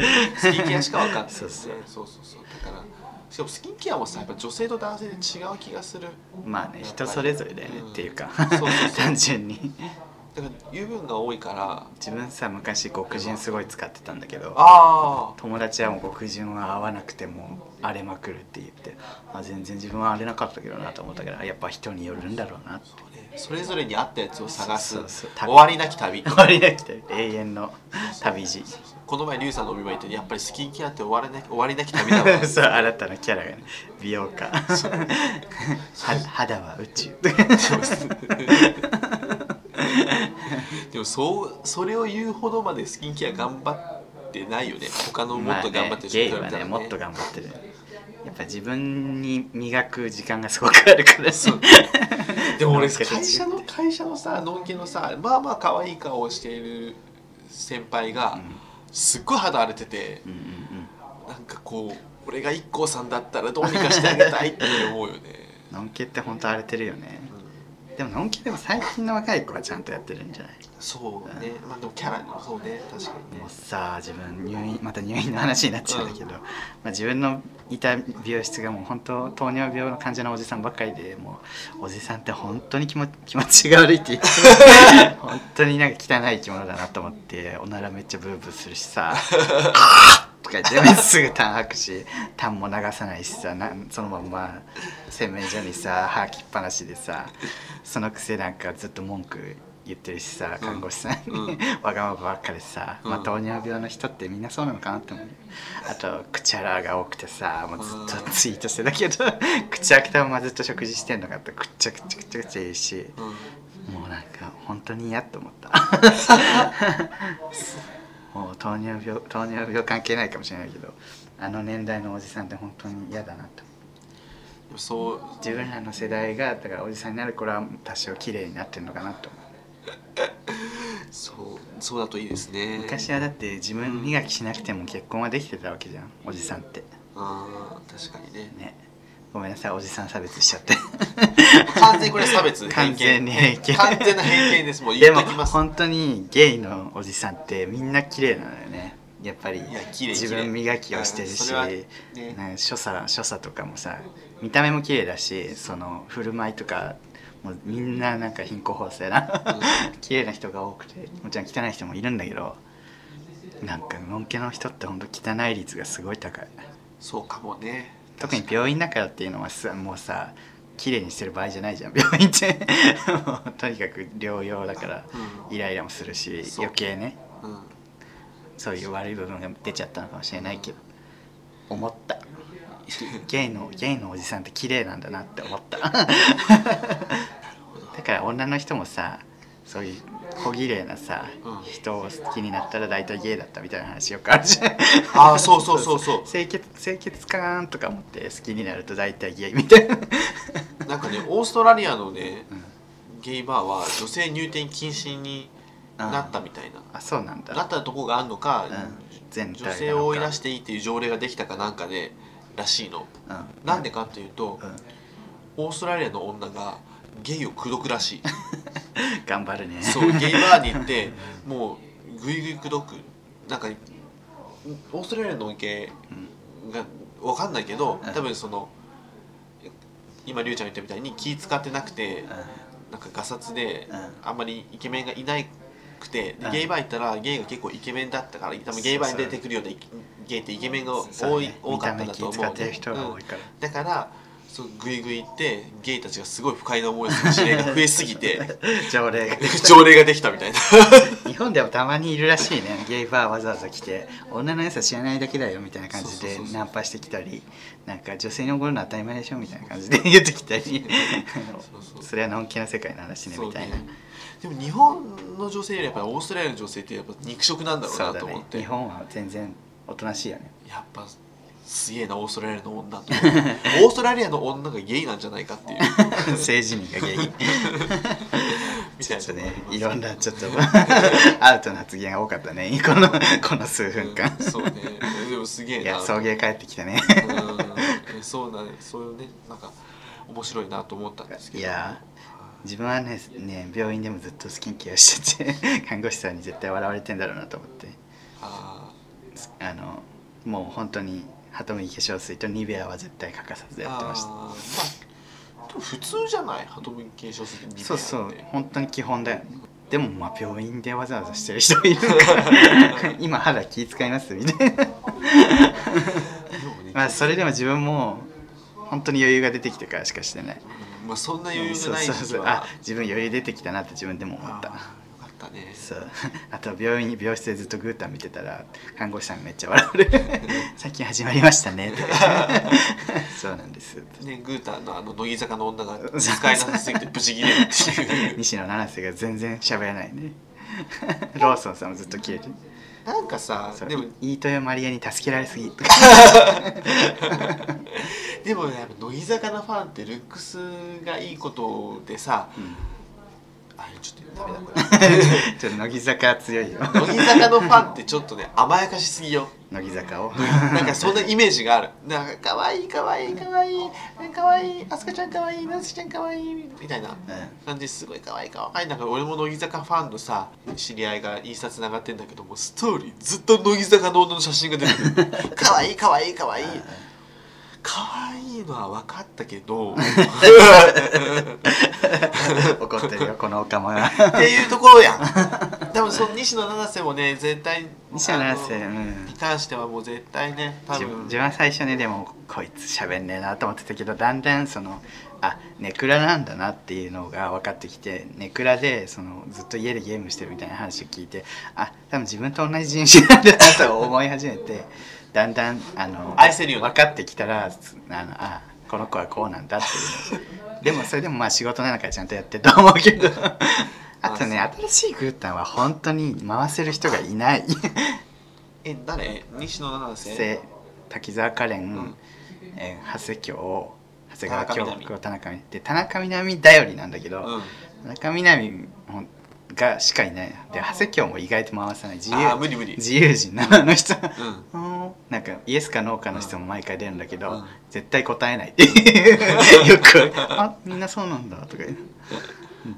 A: ンケアしかわかんないよね
B: そうそ
A: そう
B: う
A: そうそうだからしかもスキンケアもさやっぱ女性と男性で違う気がする
B: まあね人それぞれだよねっていうか
A: そうそうそう
B: 単純に
A: だから油分が多いから
B: 自分さ昔極人すごい使ってたんだけど
A: ああ
B: 友達はもう黒人は合わなくても荒れまくるって言ってあ全然自分は荒れなかったけどなと思ったけどやっぱ人によるんだろうな って
A: それぞれに合ったやつを探す
B: そうそう
A: 終わりなき旅
B: 終わりなくて永遠の旅路
A: この前リュウさんのお見舞い行ってやっぱりスキンケアって終わりなき終わりなき旅だ わ
B: そう新たなキャラがね美容家 は肌は宇宙
A: でもそうそれを言うほどまでスキンケア頑張ってないよね他のもっと頑張ってる
B: ゲイ
A: 人比
B: は
A: べた
B: ね
A: ら
B: もっと頑張ってるやっぱ自分に磨く時間がすごくあるから
A: そうでも俺
B: なんか
A: 会社の会社のさのんけのさまあまあ可愛い顔をしている先輩がすっごい肌荒れてて
B: うんうんうん
A: なんかこう俺が IKKO さんだったらどうにかしてあげたいって思うよね
B: のんけって本当荒れてるよね、でものんけでも最近の若い子はちゃんとやってるんじゃない
A: そうねまあでもキャラのそうね確かにね
B: もうさ自分入院また入院の話になっちゃうんだけど、まあ、自分のいた美容室がもう本当糖尿病の患者のおじさんばっかりでもうおじさんって本当に気持気持ち が悪いって言って 本当になんか汚い生き物だなと思っておならめっちゃブーブーするしさとか言ってすぐ痰吐くし痰も流さないしさなんそのまんま洗面所にさ吐きっぱなしでさそのくせなんかずっと文句言ってるしさ看護師さんに、
A: うん
B: わがままばっかりさ、まあ
A: うん
B: 糖尿病の人ってみんなそうなのかなって思うよあと口洗いが多くてさもうずっとツイートしてたけど 口開けたままずっと食事してんのかってくっちゃくちゃくちゃくちゃいいし
A: うん
B: もうなんか本当に嫌と思ったもう糖尿病糖尿病関係ないかもしれないけどあの年代のおじさんって本当に嫌だなと
A: でもそう
B: 自分らの世代がだからおじさんになる頃は多少綺麗になってるのかなと思う
A: そうそうだといいですね
B: 昔はだって自分磨きしなくても結婚はできてたわけじゃんおじさんって
A: あー確かにね
B: ねごめんなさいおじさん差別しちゃって
A: 完全にこれ差別
B: 完全に偏見
A: 完全な偏見ですもう
B: で
A: 言っ
B: も
A: ときます
B: 本当にゲイのおじさんってみんな綺麗なのよねやっぱり
A: いや綺麗
B: 自分磨きをしてる
A: うんそ
B: し
A: れはね
B: なんか所作所作とかもさ見た目も綺麗だしその振る舞いとかもうみんななんか貧困法制な綺麗な人が多くてもちろん汚い人もいるんだけどなんかのんけの人って本当汚い率がすごい高い
A: そうかもね
B: 特に病院だからっていうのはさもうさ綺麗にしてる場合じゃないじゃん 病院ってもうとにかく療養だから
A: うん
B: イライラもするし
A: そう
B: 余計ね
A: うん
B: そういう悪い部分が出ちゃったのかもしれないけど 思ったゲイのゲイのおじさんって綺麗なんだなって思っただから女の人もさそういう小綺麗なさ、
A: うん
B: 人を好きになったら大体ゲイだったみたいな話よくあるじゃん
A: ああそうそうそう そ
B: 清潔清潔感とか持って好きになると大体ゲイみたいな
A: うなんかねオーストラリアのね
B: ん
A: ゲイバーは女性入店禁止になったみたいな
B: あそうなんだ
A: なったとこがあるのか、
B: うん全体なの
A: 女
B: か
A: 性を追い出していいっていう条例ができたかなんかでらしいの
B: うん
A: なんでかっていうと、
B: うん
A: オーストラリアの女がゲイを口説くらしい
B: 頑張るね
A: そうゲイバーに行ってもうグイグイ口説くなんかオーストラリアのゲイがわかんないけど
B: うん
A: 多分その今りゅうちゃんが言ったみたいに気使ってなくて
B: う
A: なんかガサツで
B: うん
A: あんまりイケメンがいないくてで
B: うん
A: ゲイバー行ったらゲイが結構イケメンだったから多分ゲイバーに出てくるようなゲイってイケメンが
B: ん そう
A: 多い
B: ね
A: 多かったんだと
B: 見
A: 思う
B: た目気使
A: の
B: ってる人が多いから、
A: だからそうグイグイ行ってゲイたちがすごい不快な思いをする事例が増えすぎて
B: 条例が
A: 条例ができたみたいな
B: 日本でもたまにいるらしいねゲイバーわざわざ来て女の良さ知らないだけだよみたいな感じ
A: そう
B: で
A: そうそうそう
B: ナンパしてきたりなんか女性におごるの当たり前でしょみたいな感じで言ってきたり
A: そうそう
B: それはのんきな世界の話ねみたいな
A: そうねでも日本の女性よりやっぱりオーストラリアの女性ってやっぱ肉食なんだろう
B: そう
A: な
B: だ
A: と思
B: ね
A: って、
B: 日本は全然おとなしい よね
A: やっぱすげえなオーストラリアの女と オーストラリアの女がゲイなんじゃないかっていう
B: 政治人が原因
A: みたいなとこありま
B: ちょっとね
A: す
B: いろんなちょっと アウトな発言が多かったねこのこの数分間
A: うんそうねでもすげえ
B: い
A: な
B: や送迎帰ってきたね
A: うんそうだねそういうねなんか面白いなと思ったんですけ
B: い
A: ど
B: や自分はねね病院でもずっとスキンケアしてて 看護師さんに絶対笑われてんだろうなと思って
A: あ
B: あのもう本当にハトムギ化粧水とニベアは絶対欠かさず
A: ー
B: やってました
A: あーまあでも普通じゃないハトムギ継承するって
B: そうそう
A: ニベアって
B: 本当に基本だよねでもまあ病院でわざわざしてる人い るから今肌気遣いますみたいな
A: でもね
B: まあそれでも自分も本当に余裕が出てきてからしかしてない
A: まあそんな余裕がない
B: そ
A: 時
B: うそうそう
A: は
B: あ自分余裕出てきたなって自分でも思
A: あ
B: っ
A: ー
B: た
A: よかったね
B: そう あと病院病室でずっとグータン見てたら看護師さんめっちゃ 笑う最近始まりましたねってそうなんです
A: ねグータンのあの乃木坂の女が使いなさすぎてブチギレるって いう
B: 西野七瀬が全然喋らないねローソンさんもずっと切れて
A: なんかさ
B: そう
A: でも
B: 飯豊まりえに助けられすぎ
A: でもねやっぱ乃木坂のファンってルックスがいいことでさ、あれちょっとダメだこ
B: ちょっと乃木坂強いよ
A: れ 乃木坂のファンってちょっとね甘やかしすぎよ
B: 乃木坂を
A: なんかそんなイメージがあるなんか可愛い可愛い可愛い可愛いあすかちゃん可愛いなつきちゃん可愛いみたいな感じすごい可愛い可愛いなんか俺も乃木坂ファンのさ知り合いがインスタつながってんだけどもストーリーずっと乃木坂の女の写真が出てくる可愛い可愛い可愛い可愛いのは分かったけど っ
B: 怒ってるよこのオカマが
A: ていうところやん多分その西野七瀬もね絶対
B: 西野七瀬
A: あ
B: う
A: の
B: ん
A: に関してはもう絶対ね多
B: 自分
A: 分
B: 自分は最初ねでもこいつ喋んねえなと思ってたけどだんだんそのあネクラなんだなっていうのが分かってきてネクラでそのずっと家でゲームしてるみたいな話を聞いてあ多分自分と同じ人種なんだなと思い始めて だんだんあの
A: 愛せるようになっ
B: 分かってきたらあのあこの子はこうなんだっていうのでもそれでもまあ仕事なのからちゃんとやってると思う けどあとね新しいグータンは本当に回せる人がいない。
A: え誰西野七瀬
B: 瀬滝沢カレン、
A: ん
B: えー長谷京長谷川京
A: 田中みな実
B: 子田中みな実で田中みな実頼りなんだけど、
A: うん
B: 田中みな実もがしかいないなで長谷京も意外と回さない自
A: ああ
B: 由
A: 無理無理
B: 自由人なあの人
A: うん
B: うんなんかイエスかノーかの質問毎回出るんだけど、
A: うん
B: 絶対答えないってい うよく「あみんなそうなんだ」とか言う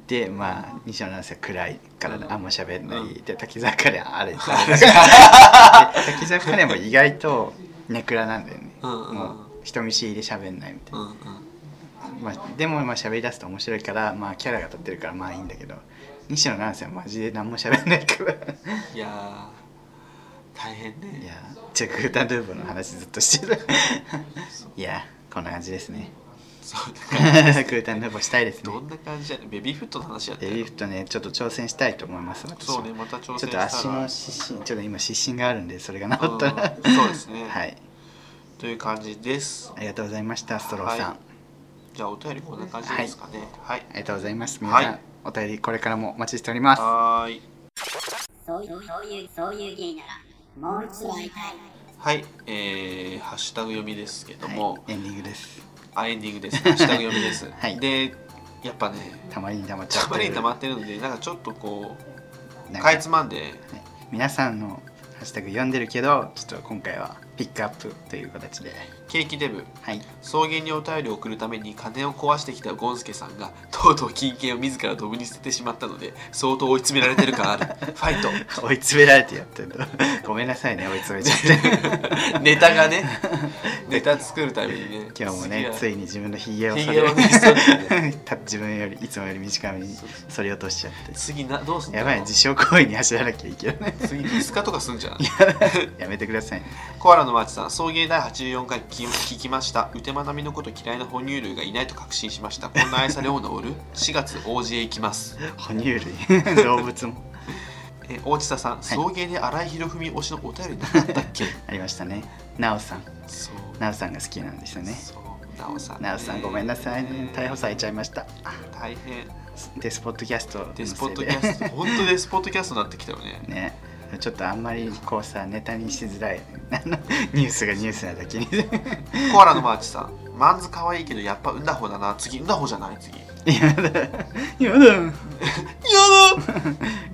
B: でまあ西野七瀬は暗いから
A: うん
B: あんま喋んない、
A: うん
B: で滝沢カレンあれあれだからで滝沢カレンも意外とネクラなんだよね、
A: うんうんうん
B: もう人見知りで喋んないみたいな
A: うんうん
B: まあ、でもまあ喋り出すと面白いから、まあ、キャラが立ってるからまあいいんだけど西野七瀬はマジで何も喋んないから
A: いやー大変
B: いや
A: ね
B: じゃあグータンヌーボーの話ずっとしてる いやこんな感じですね
A: そう
B: グ
A: だから
B: ータンヌーボーしたいですね
A: どんな感じやねベビーフットの話やった
B: エ
A: よ
B: リフトねちょっと挑戦したいと思います私も
A: そうねまた挑戦
B: ち
A: し
B: ょったと
A: ら
B: 足の湿疹ちょっと今湿疹があるんでそれが治ったら
A: うんそうですね
B: はい
A: という感じです
B: ありがとうございましたストローさん、
A: はいじゃあお便りこんな感じですかねはい
B: ありがとうございます皆さん、
A: はい
B: お便りこれからもお待ちしております
A: はーい
D: そういう、そういう、そういう芸なら、もう一度会いたい。
A: はいえー、ハッシュタグ読みですけども、
B: はい、エンディングです
A: あエンディングです ハッシュタグ読みです、
B: はい
A: でやっぱね
B: たまりにたまっちゃ
A: た
B: って
A: ま
B: る
A: りに溜まってるのでなんかちょっとこう
B: なん
A: かいつまんで
B: はい皆さんのハッシュタグ読んでるけどちょっと今回はピックアップという形で
A: ケーキデブ
B: はい
A: 草原にお便りを送るために金を壊してきたゴンスケさんがとうとう金券を自らドブに捨ててしまったので相当追い詰められてる感あ るファイト
B: 追い詰められてやってる ごめんなさいね追い詰めち ゃって
A: ネタが ねネタ作るためにね
B: 今日もねつ
A: い
B: いに自分のひげを
A: ひ
B: 剃
A: げ
B: り
A: をね剃って
B: た自分よりいつもより短めに剃り落としちゃって
A: 次などうすんだ
B: や
A: ろう
B: ばい自傷行為に走らなきゃいけない
A: 次ディスカとかすんじゃん
B: やめてくださいね
A: コアラのマーチさん、送迎第84回聞き聞きました。うてまなみのこと嫌いな哺乳類がいないと確信しました。こんな愛され女おる ?4 月、王子へ行きます。
B: 哺乳類 動物も
A: え大地田さん、送迎で荒井博文推しのお便りなかったっ け
B: ありましたねなおさん
A: そう。
B: なおさんが好きなんですよね
A: そう、なおさん、
B: なおさんごめんなさいね逮捕されちゃいました
A: 大変。
B: デスポッドキャストの
A: デ
B: せい
A: スポットキャスト、本当デスポットキャストになってきたよね。
B: ねちょっとあんまりこうさネタにしづらいニュースがニュースなだけに
A: コアラのマーチさん、マンズ可愛いけどやっぱうんだほだな。次、うんだほじゃない次。や
B: やだやだ
A: だ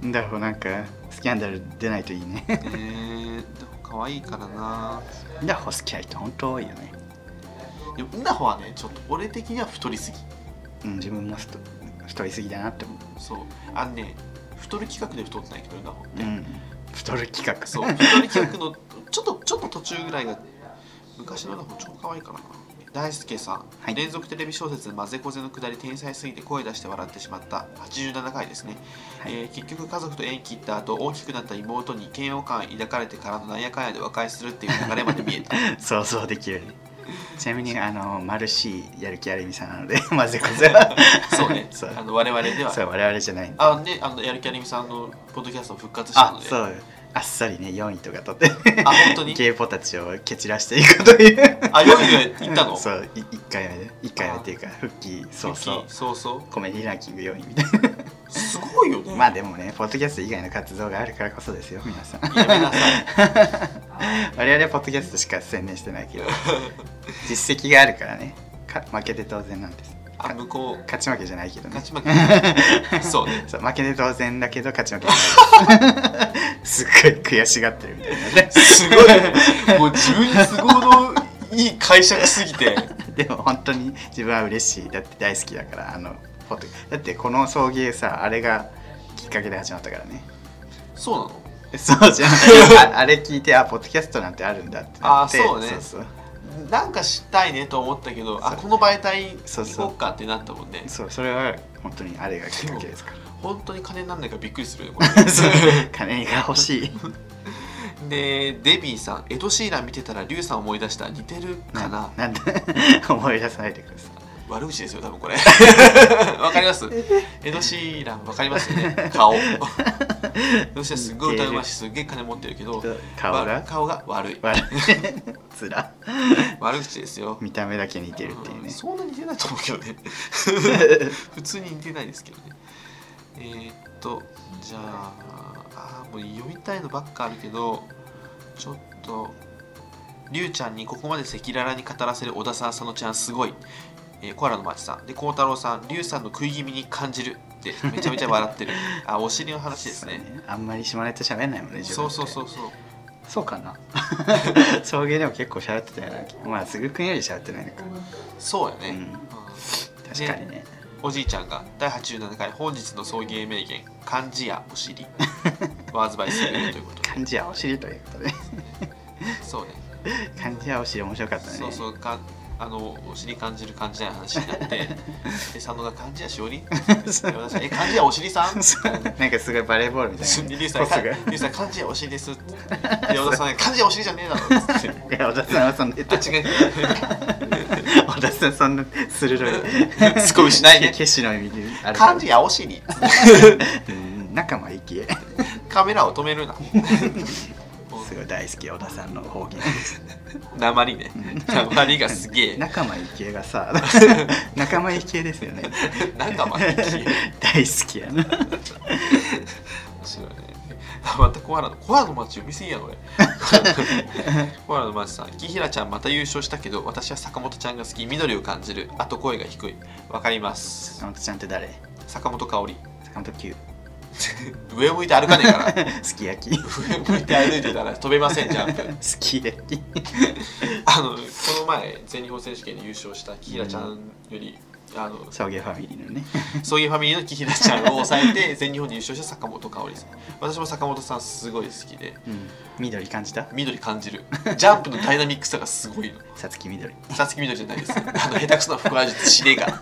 B: んだほなんかスキャンダル出ないといいね
A: えー、でも可愛いからな。
B: んだほ好きな人本当多いよね、
A: でもうんだほはね、ちょっと俺的には太りすぎ。
B: うん、自分も太太りすぎだなって思う、
A: そうあのね太る企画で太ってないけどな
B: うん、太る企画
A: そう太る企画のちょっとちょっと途中ぐらいが昔のな方超可愛いからな大輔さん、
B: はい
A: 連続テレビ小説「まぜこぜ」のくだり天才すぎて声出して笑ってしまった87回ですね、
B: はい
A: えー結局家族と縁切った後大きくなった妹に嫌悪感抱かれてからのなんやかんやで和解するっていう流れまで見え た
B: 想像できるねちなみにあのマルシーやる気ある意味さんな のでまぜこぜは
A: そうね
B: そう
A: あの我々では
B: そう我々じゃないんで
A: あねあのやる気ありみさんのポッドキャストも復活した
B: あ
A: ので
B: そうあっさりね4位とか取って
A: あ本当に
B: ゲイポたちを蹴散らしていくという
A: あ4位が行ったの
B: そうい1回目で1回目っていうか復帰早
A: そう
B: 々
A: そうそう
B: コメディランキング4位みたい
A: すごいよね
B: なまあでもねポッドキャスト以外の活動があるからこそですよ皆さん
A: やめなさい。
B: 我々はポッドキャストしか宣伝してない けど実績があるからねか負けて当然なんです
A: あ、向こう。
B: 勝ち負けじゃないけどね
A: 勝ち負け。そうね。
B: そう負けて当然だけど勝ち負けじゃないすっ ごい悔しがってるみたいなね
A: すごい。もう自分に都合のいい解釈すぎて。
B: でも本当に自分は嬉しいだって大好きだからあのポッドだってこの送迎さあれがきっかけで始まったか らね
A: そうなの
B: そうじゃんああれ聞いてあポッドキャストなんてあるんだってなって
A: あそうね
B: そうそう
A: なんか知ったいねと思ったけど、あ、
B: そう
A: この媒体
B: そう
A: 行
B: そう
A: こうかってなったもんね。
B: そうそれは本当にあれがきっかけですか
A: 本当に金になんないからびっくりするよねこれ
B: らそう 金が欲しい
A: で、デビーさん、エド・シーラン見てたらリュウさん思い出した。似てるかな
B: なんだ思い出さないでくださ
A: 悪口ですよ、多分これ。 わかりますエド・シーラン、わかりますよね。顔。 そしてすっごい歌うまいし、すっげえ金持ってるけど、
B: い顔
A: わ
B: が
A: 顔が悪い。
B: 笑いつら
A: 悪口ですよ。
B: 見た目だけ似てるっていう
A: うん
B: ね
A: そんなに似てないと思うけどね普通に似てないですけどねえー、っとじゃああーもう読みたいのばっかあるけどちょっとりゅうちゃんにここまで赤裸々に語らせる小田さん佐野ちゃんすごい、えーコアラの町さんで孝太郎さんりゅうさんの食い気味に感じる ってめちゃめちゃ笑ってるあお尻の話ですね
B: そうあんまり島ネタ喋んないもんね自
A: そう
B: 分って
A: そうそうそう
B: そ うかな送迎でも結構喋ってたよなまあすぐくんより喋ってないのか
A: そうやね、
B: うん
A: うん
B: 確かにね
A: おじいちゃんが第87回本日の送迎名言漢字やお 尻ワーズバイスルーということで
B: 漢字はお尻ということで
A: そうね
B: 漢字はお尻面白かったね
A: そうそうかあのお尻感じる感じない話にな ってで佐野が漢字やしおり
B: そう
A: 私がえ漢字やお尻さん
B: そう なんかすごいバレーボールみたいな、
A: リュウさん
B: トス
A: が
B: が
A: リュウさん漢字やお尻ですってで小田さんが漢字やお尻じゃねえだ ろっつって
B: いや小田さんはそんな
A: あ違う
B: 小田さんそんな 鋭い
A: すごいしないね
B: 決死の意味である
A: 漢字やお尻
B: うん仲間行きへ
A: カメラを止め るな
B: すごい大好き小田さんの方言
A: 鉛ね鉛がすげえ
B: 仲間行きへ がさ仲間行きへですよね
A: 仲間 行きへ
B: 大好きやな
A: 面白いね。またコアラの、コアラの街読みすぎやろ、俺。コアラの街さん、木平ちゃんまた優勝したけど、私は坂本ちゃんが好き、緑を感じる、あと声が低い。わかります。
B: 坂本ちゃんって誰
A: 坂本香織。
B: 坂本九
A: 上向いて歩かねえから。
B: すき焼き
A: 上向いて歩いてたら飛べません、ジャンプ。
B: すき焼き
A: あの、この前、全日本選手権で優勝した木平ちゃんより、あの、
B: 送迎ファミリー のね
A: そういうファミリーの木平ちゃんを抑えて、全日本で優勝した坂本香織さん。私も坂本さんすごい好きで、
B: うん緑感じた
A: 緑感じる。ジャンプのダイナミックさがすごいの。
B: さつき緑
A: さつきみどりじゃないです。あの下手くそな腹話術しねえから。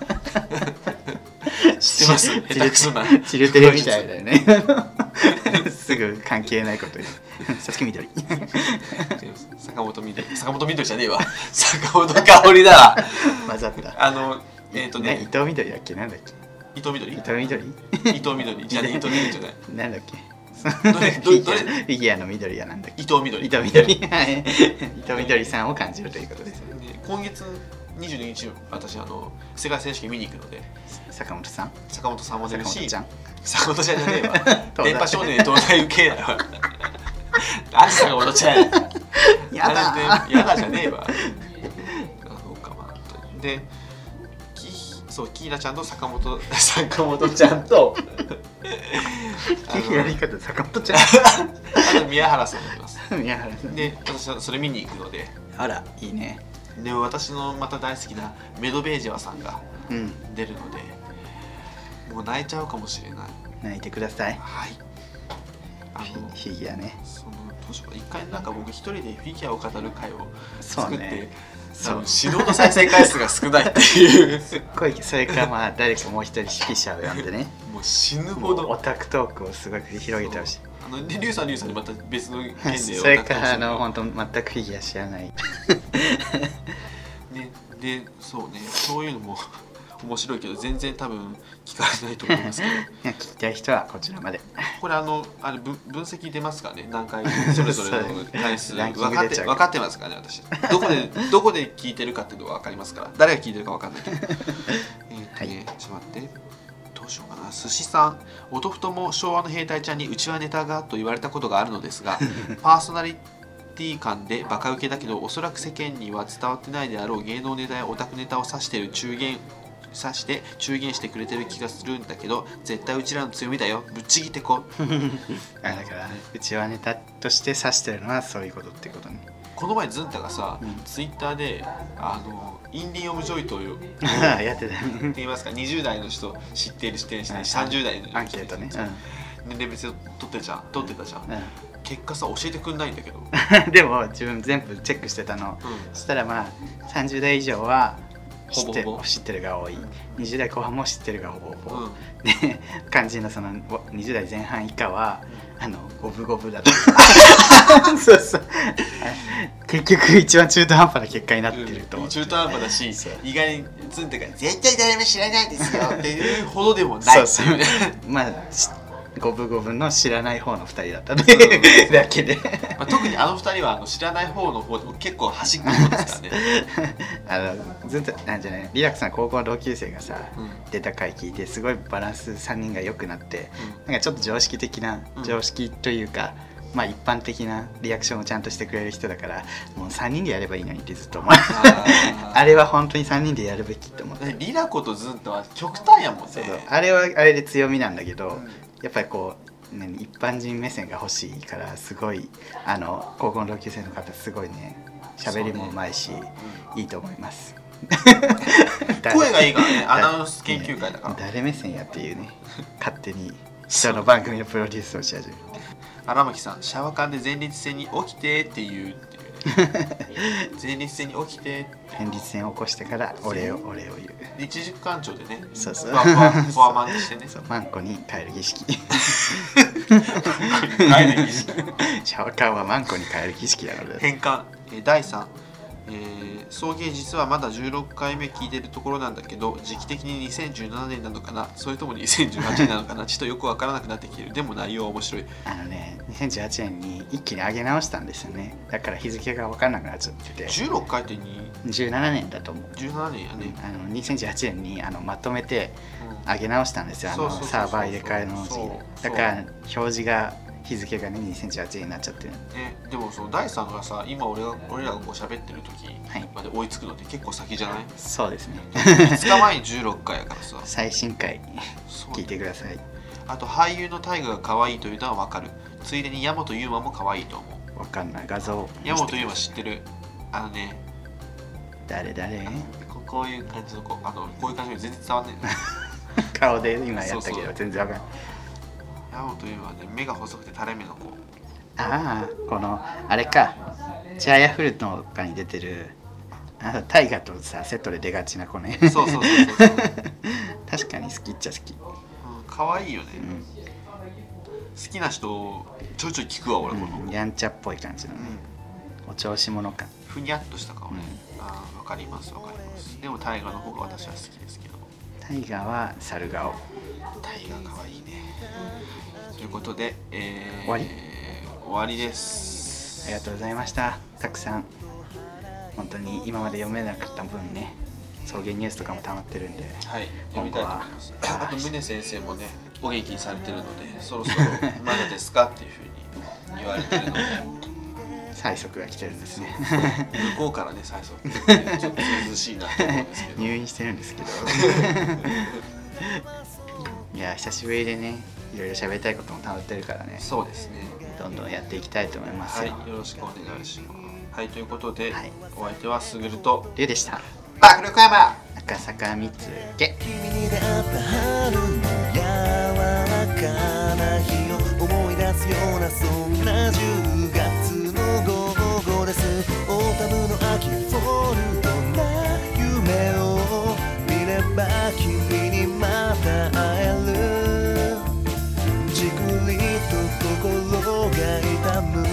A: 知って ます下手くそな。
B: チルテレみたいだ よね すぐ関係ないこと言うさつき緑
A: 坂本みどり。坂本みどりじゃねえわ。坂本香織だ。
B: 混ざった
A: あの、えっ、と
B: な伊
A: ね、
B: 藤緑だっけなんだっけ
A: 伊藤みどり
B: 伊藤緑
A: 伊藤みどり。じゃね伊藤みどりじゃない。
B: なんだっけ
A: どれ
B: フィギ
A: どれ
B: ュアフィギュアの緑やなんだっけ
A: 伊藤みどり。
B: 伊藤緑 はい伊藤緑さんを感じるということです
A: で今月22日、私、あの、世界選手権見に行くので、
B: 坂本さん
A: 坂本さんも出
B: 坂
A: るし
B: 本、ちゃん。
A: 坂本ちゃんじゃねえわ
B: 大
A: 電波少年で東大受けだよ。あんたが踊っちゃえ。
B: やだ
A: あれでやだじゃねえわ。あそうかまあで、きそうキーラちゃんと坂 本坂本ちゃんとあの
B: やり方坂本ち ゃ
A: あと宮原さんがいます。
B: ん宮原さん
A: で、私はそれ見に行くので、
B: あらいいね
A: で私のまた大好きなメドベージェワさんが
B: うん
A: 出るので、もう泣いちゃうかもしれない。
B: 泣いてください
A: はい。あ
B: フィ
A: の
B: フィギュアね
A: そのどうしようか一回なんか僕一人でフィギュアを語る会を
B: そう
A: 作って、
B: ね
A: あ
B: そう
A: の死亡の再生回数が少ないっていう
B: こうそれからまあ誰かもう一人指揮者を呼んでね
A: もう死ぬ
B: も
A: ほ
B: うオ
A: ど
B: タクトークをすごく広げてほしい
A: あのでリュウさんはリュウさんでまた別の件で
B: それからあの本当全くフィギュア知らない
A: ねでそうねそういうのも 面白いけど全然多分聞かれないと思いますけど
B: 聞きたい人はこちらまで
A: これあのあれ分分析出ますかね何回それぞれ の回数
B: そうラン
A: 分
B: キング
A: かっ
B: 出ち
A: て
B: ゃう
A: 分かってますかね私どこで どこで聞いてるかっていうのは分かりますから誰が聞いてるか分かんない けどえーとね、ちょっと待ってどうしようかな寿司さんおとふとも昭和の兵隊ちゃんにうちはネタがと言われたことがあるのです がパーソナリティ感でバカウケだけどおそらく世間には伝わってないであろう芸能ネタやオタクネタを指してる中元指して中元してくれてる気がするんだけど絶対うちらの強みだよぶっちぎってこ
B: あだからうちはネタとして指してるのはそういうことってことね
A: この前ズンタがさ、
B: うん
A: ツイッターであのインディ・オブ・ジョイという
B: やってた
A: って言いますか20代の人知っている視点して
B: はい
A: 30代の人
B: アンケートね、
A: 年齢別で取ってるじゃん取ってたじゃん、
B: うん
A: 結果さ教えてくんないんだけど、
B: うん、でも自分全部チェックしてたのそしたらまあ30代以上は知って
A: ほぼほぼ
B: 知ってるが多い20代後半も知ってるがほぼほぼ、
A: うん
B: で肝心のそのお20代前半以下はあの五分五分だと そうそう結局一番中途半端な結果になってると思って、
A: 中途半端だし
B: そう
A: 意外にズンタが絶対誰も知らないですよっていうほどでもない
B: そ
A: っ
B: う
A: て
B: そ
A: いう
B: う
A: ね
B: まあし五分五分の知らない方の二人だったという だけで
A: まあ、特にあの二人はあの知らない方の方でも結構端っこの方です からね、
B: あのずっとなんじゃないリラックスさん高校の同級生がさ
A: うん
B: 出た回聞いてすごいバランス3人が良くなってなんかちょっと常識的な
A: うん
B: 常識というか、まあ一般的なリアクションをちゃんとしてくれる人だからもう3人でやればいいのにってずっと思う あれは本当に3人でやるべきって思った
A: リラコとズンとは極端やもんね
B: そうそうあれはあれで強みなんだけど、
A: ん
B: やっぱりこう何一般人目線が欲しいからすごいあの高校の同級生の方すごいね喋りもうまいし、いいと思います。
A: 声がいいからね
B: 誰
A: アナウンス研究会だから
B: 誰目線やっていうね勝手に人の番組のプロデュースをし始める
A: 荒牧さんシャワー缶で前立腺に起きてって言うっていう ね前立腺に起きて
B: 前立腺を起こしてからお礼をお礼を言う
A: で一軸干潮でね
B: そうそう
A: ふわふわふわまんにしてね
B: そうマンコに帰る儀式
A: 帰れ儀式
B: シャワカンはマンコに帰る儀式なので
A: 変換、えー第3、えー送迎実はまだ16回目聞いてるところなんだけど時期的に2017年なのかなそれとも2018年なのかなちょっとよくわからなくなってきてるでも内容は面白い
B: あのね2018年に一気に上げ直したんですよねだから日付が分かんなくなっちゃってて
A: 16回ってに
B: 17年だと思う
A: 17年や
B: あ
A: ね、
B: の2018年にあのまとめて
A: うん
B: 上げ直したんですよあ
A: そう
B: の
A: そうそうそう
B: サーバー入れ替えの時
A: そう
B: だから表示が日付がね2018年になっちゃってる
A: ね、でもその第3がさ今俺が俺らがこう喋ってる時
B: はい
A: まで追いつくのって結構先じゃない
B: そうで すね
A: 5日前に16回やからさ
B: 最新回
A: そう
B: 聞いてください
A: あと俳優の大河が可愛いというのはわかるついでに大和優馬も可愛いと思う
B: わかんない画像
A: 大和優馬知ってるあのね
B: 誰誰
A: ここういう感じの子あのこういう感じで全然伝わんない
B: 顔で今やったけ
A: そうそ
B: ど
A: う
B: 全然わかんない
A: ヤオというのはね目が細くて垂れ目の子
B: ああこのあれかチャイアフルトとかに出てるあのタイガとさセットで出がちな子ね
A: そうそうそうそう、うん、
B: 確かに好きっちゃ好き
A: 可愛いよね、
B: ん
A: 好きな人ちょいちょい聞くわ俺この子、
B: うんやんちゃっぽい感じのねお調子者感
A: ふにゃっとした顔ね、ああわかりますわかりますでも大河の方が私は好きですけど
B: タイガは猿顔
A: 大河可愛いねということで、えー
B: 終わり
A: 終わりです
B: ありがとうございましたたくさん本当に今まで読めなかった分ね草原ニュースとかも溜まってるんで
A: はい、読みたいと思います。あと、宗先生もね、お元気にされてるので、そろそろまだですかっていうふうに言われてるので、
B: 最速が来てるんですね
A: 向こうからね、最初、ちょっと涼しいなと思うん ですけど、
B: 入院してるんですけ どいや久しぶりでねいろいろ喋りたいことも溜まってるからね
A: そうですね。
B: どんどんやっていきたいと思います
A: はい、
B: よ、
A: よろしくお願いします。はい、ということで、
B: はい
A: お相手はすぐると、
B: りゅうでした
A: 爆力山
B: 赤坂見つけ
E: 君に出会った春の柔らかな日を思い出すようなそんな10月の午後ですオータムの秋フォルトな夢を見れば君にまた会えるじくりと心が痛む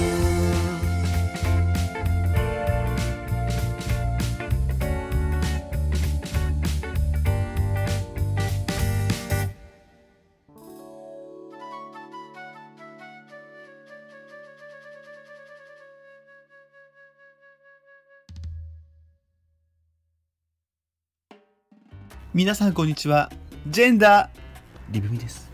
F: 皆さんこんにちはジェンダー
C: リブミです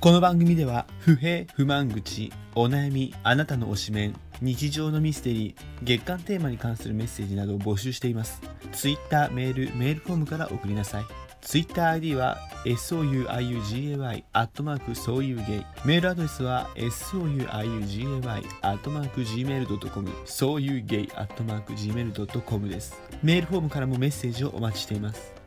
F: この番組では不平不満口お悩みあなたの推しメン日常のミステリー月間テーマに関するメッセージなどを募集していますツイッターメールメールフォームから送りなさいツイッター ID は souiugay アットマークそういうゲイメールアドレスは souiugay アットマーク gmail.com そういうゲイアットマーク gmail.com ですメールフォームからもメッセージをお待ちしています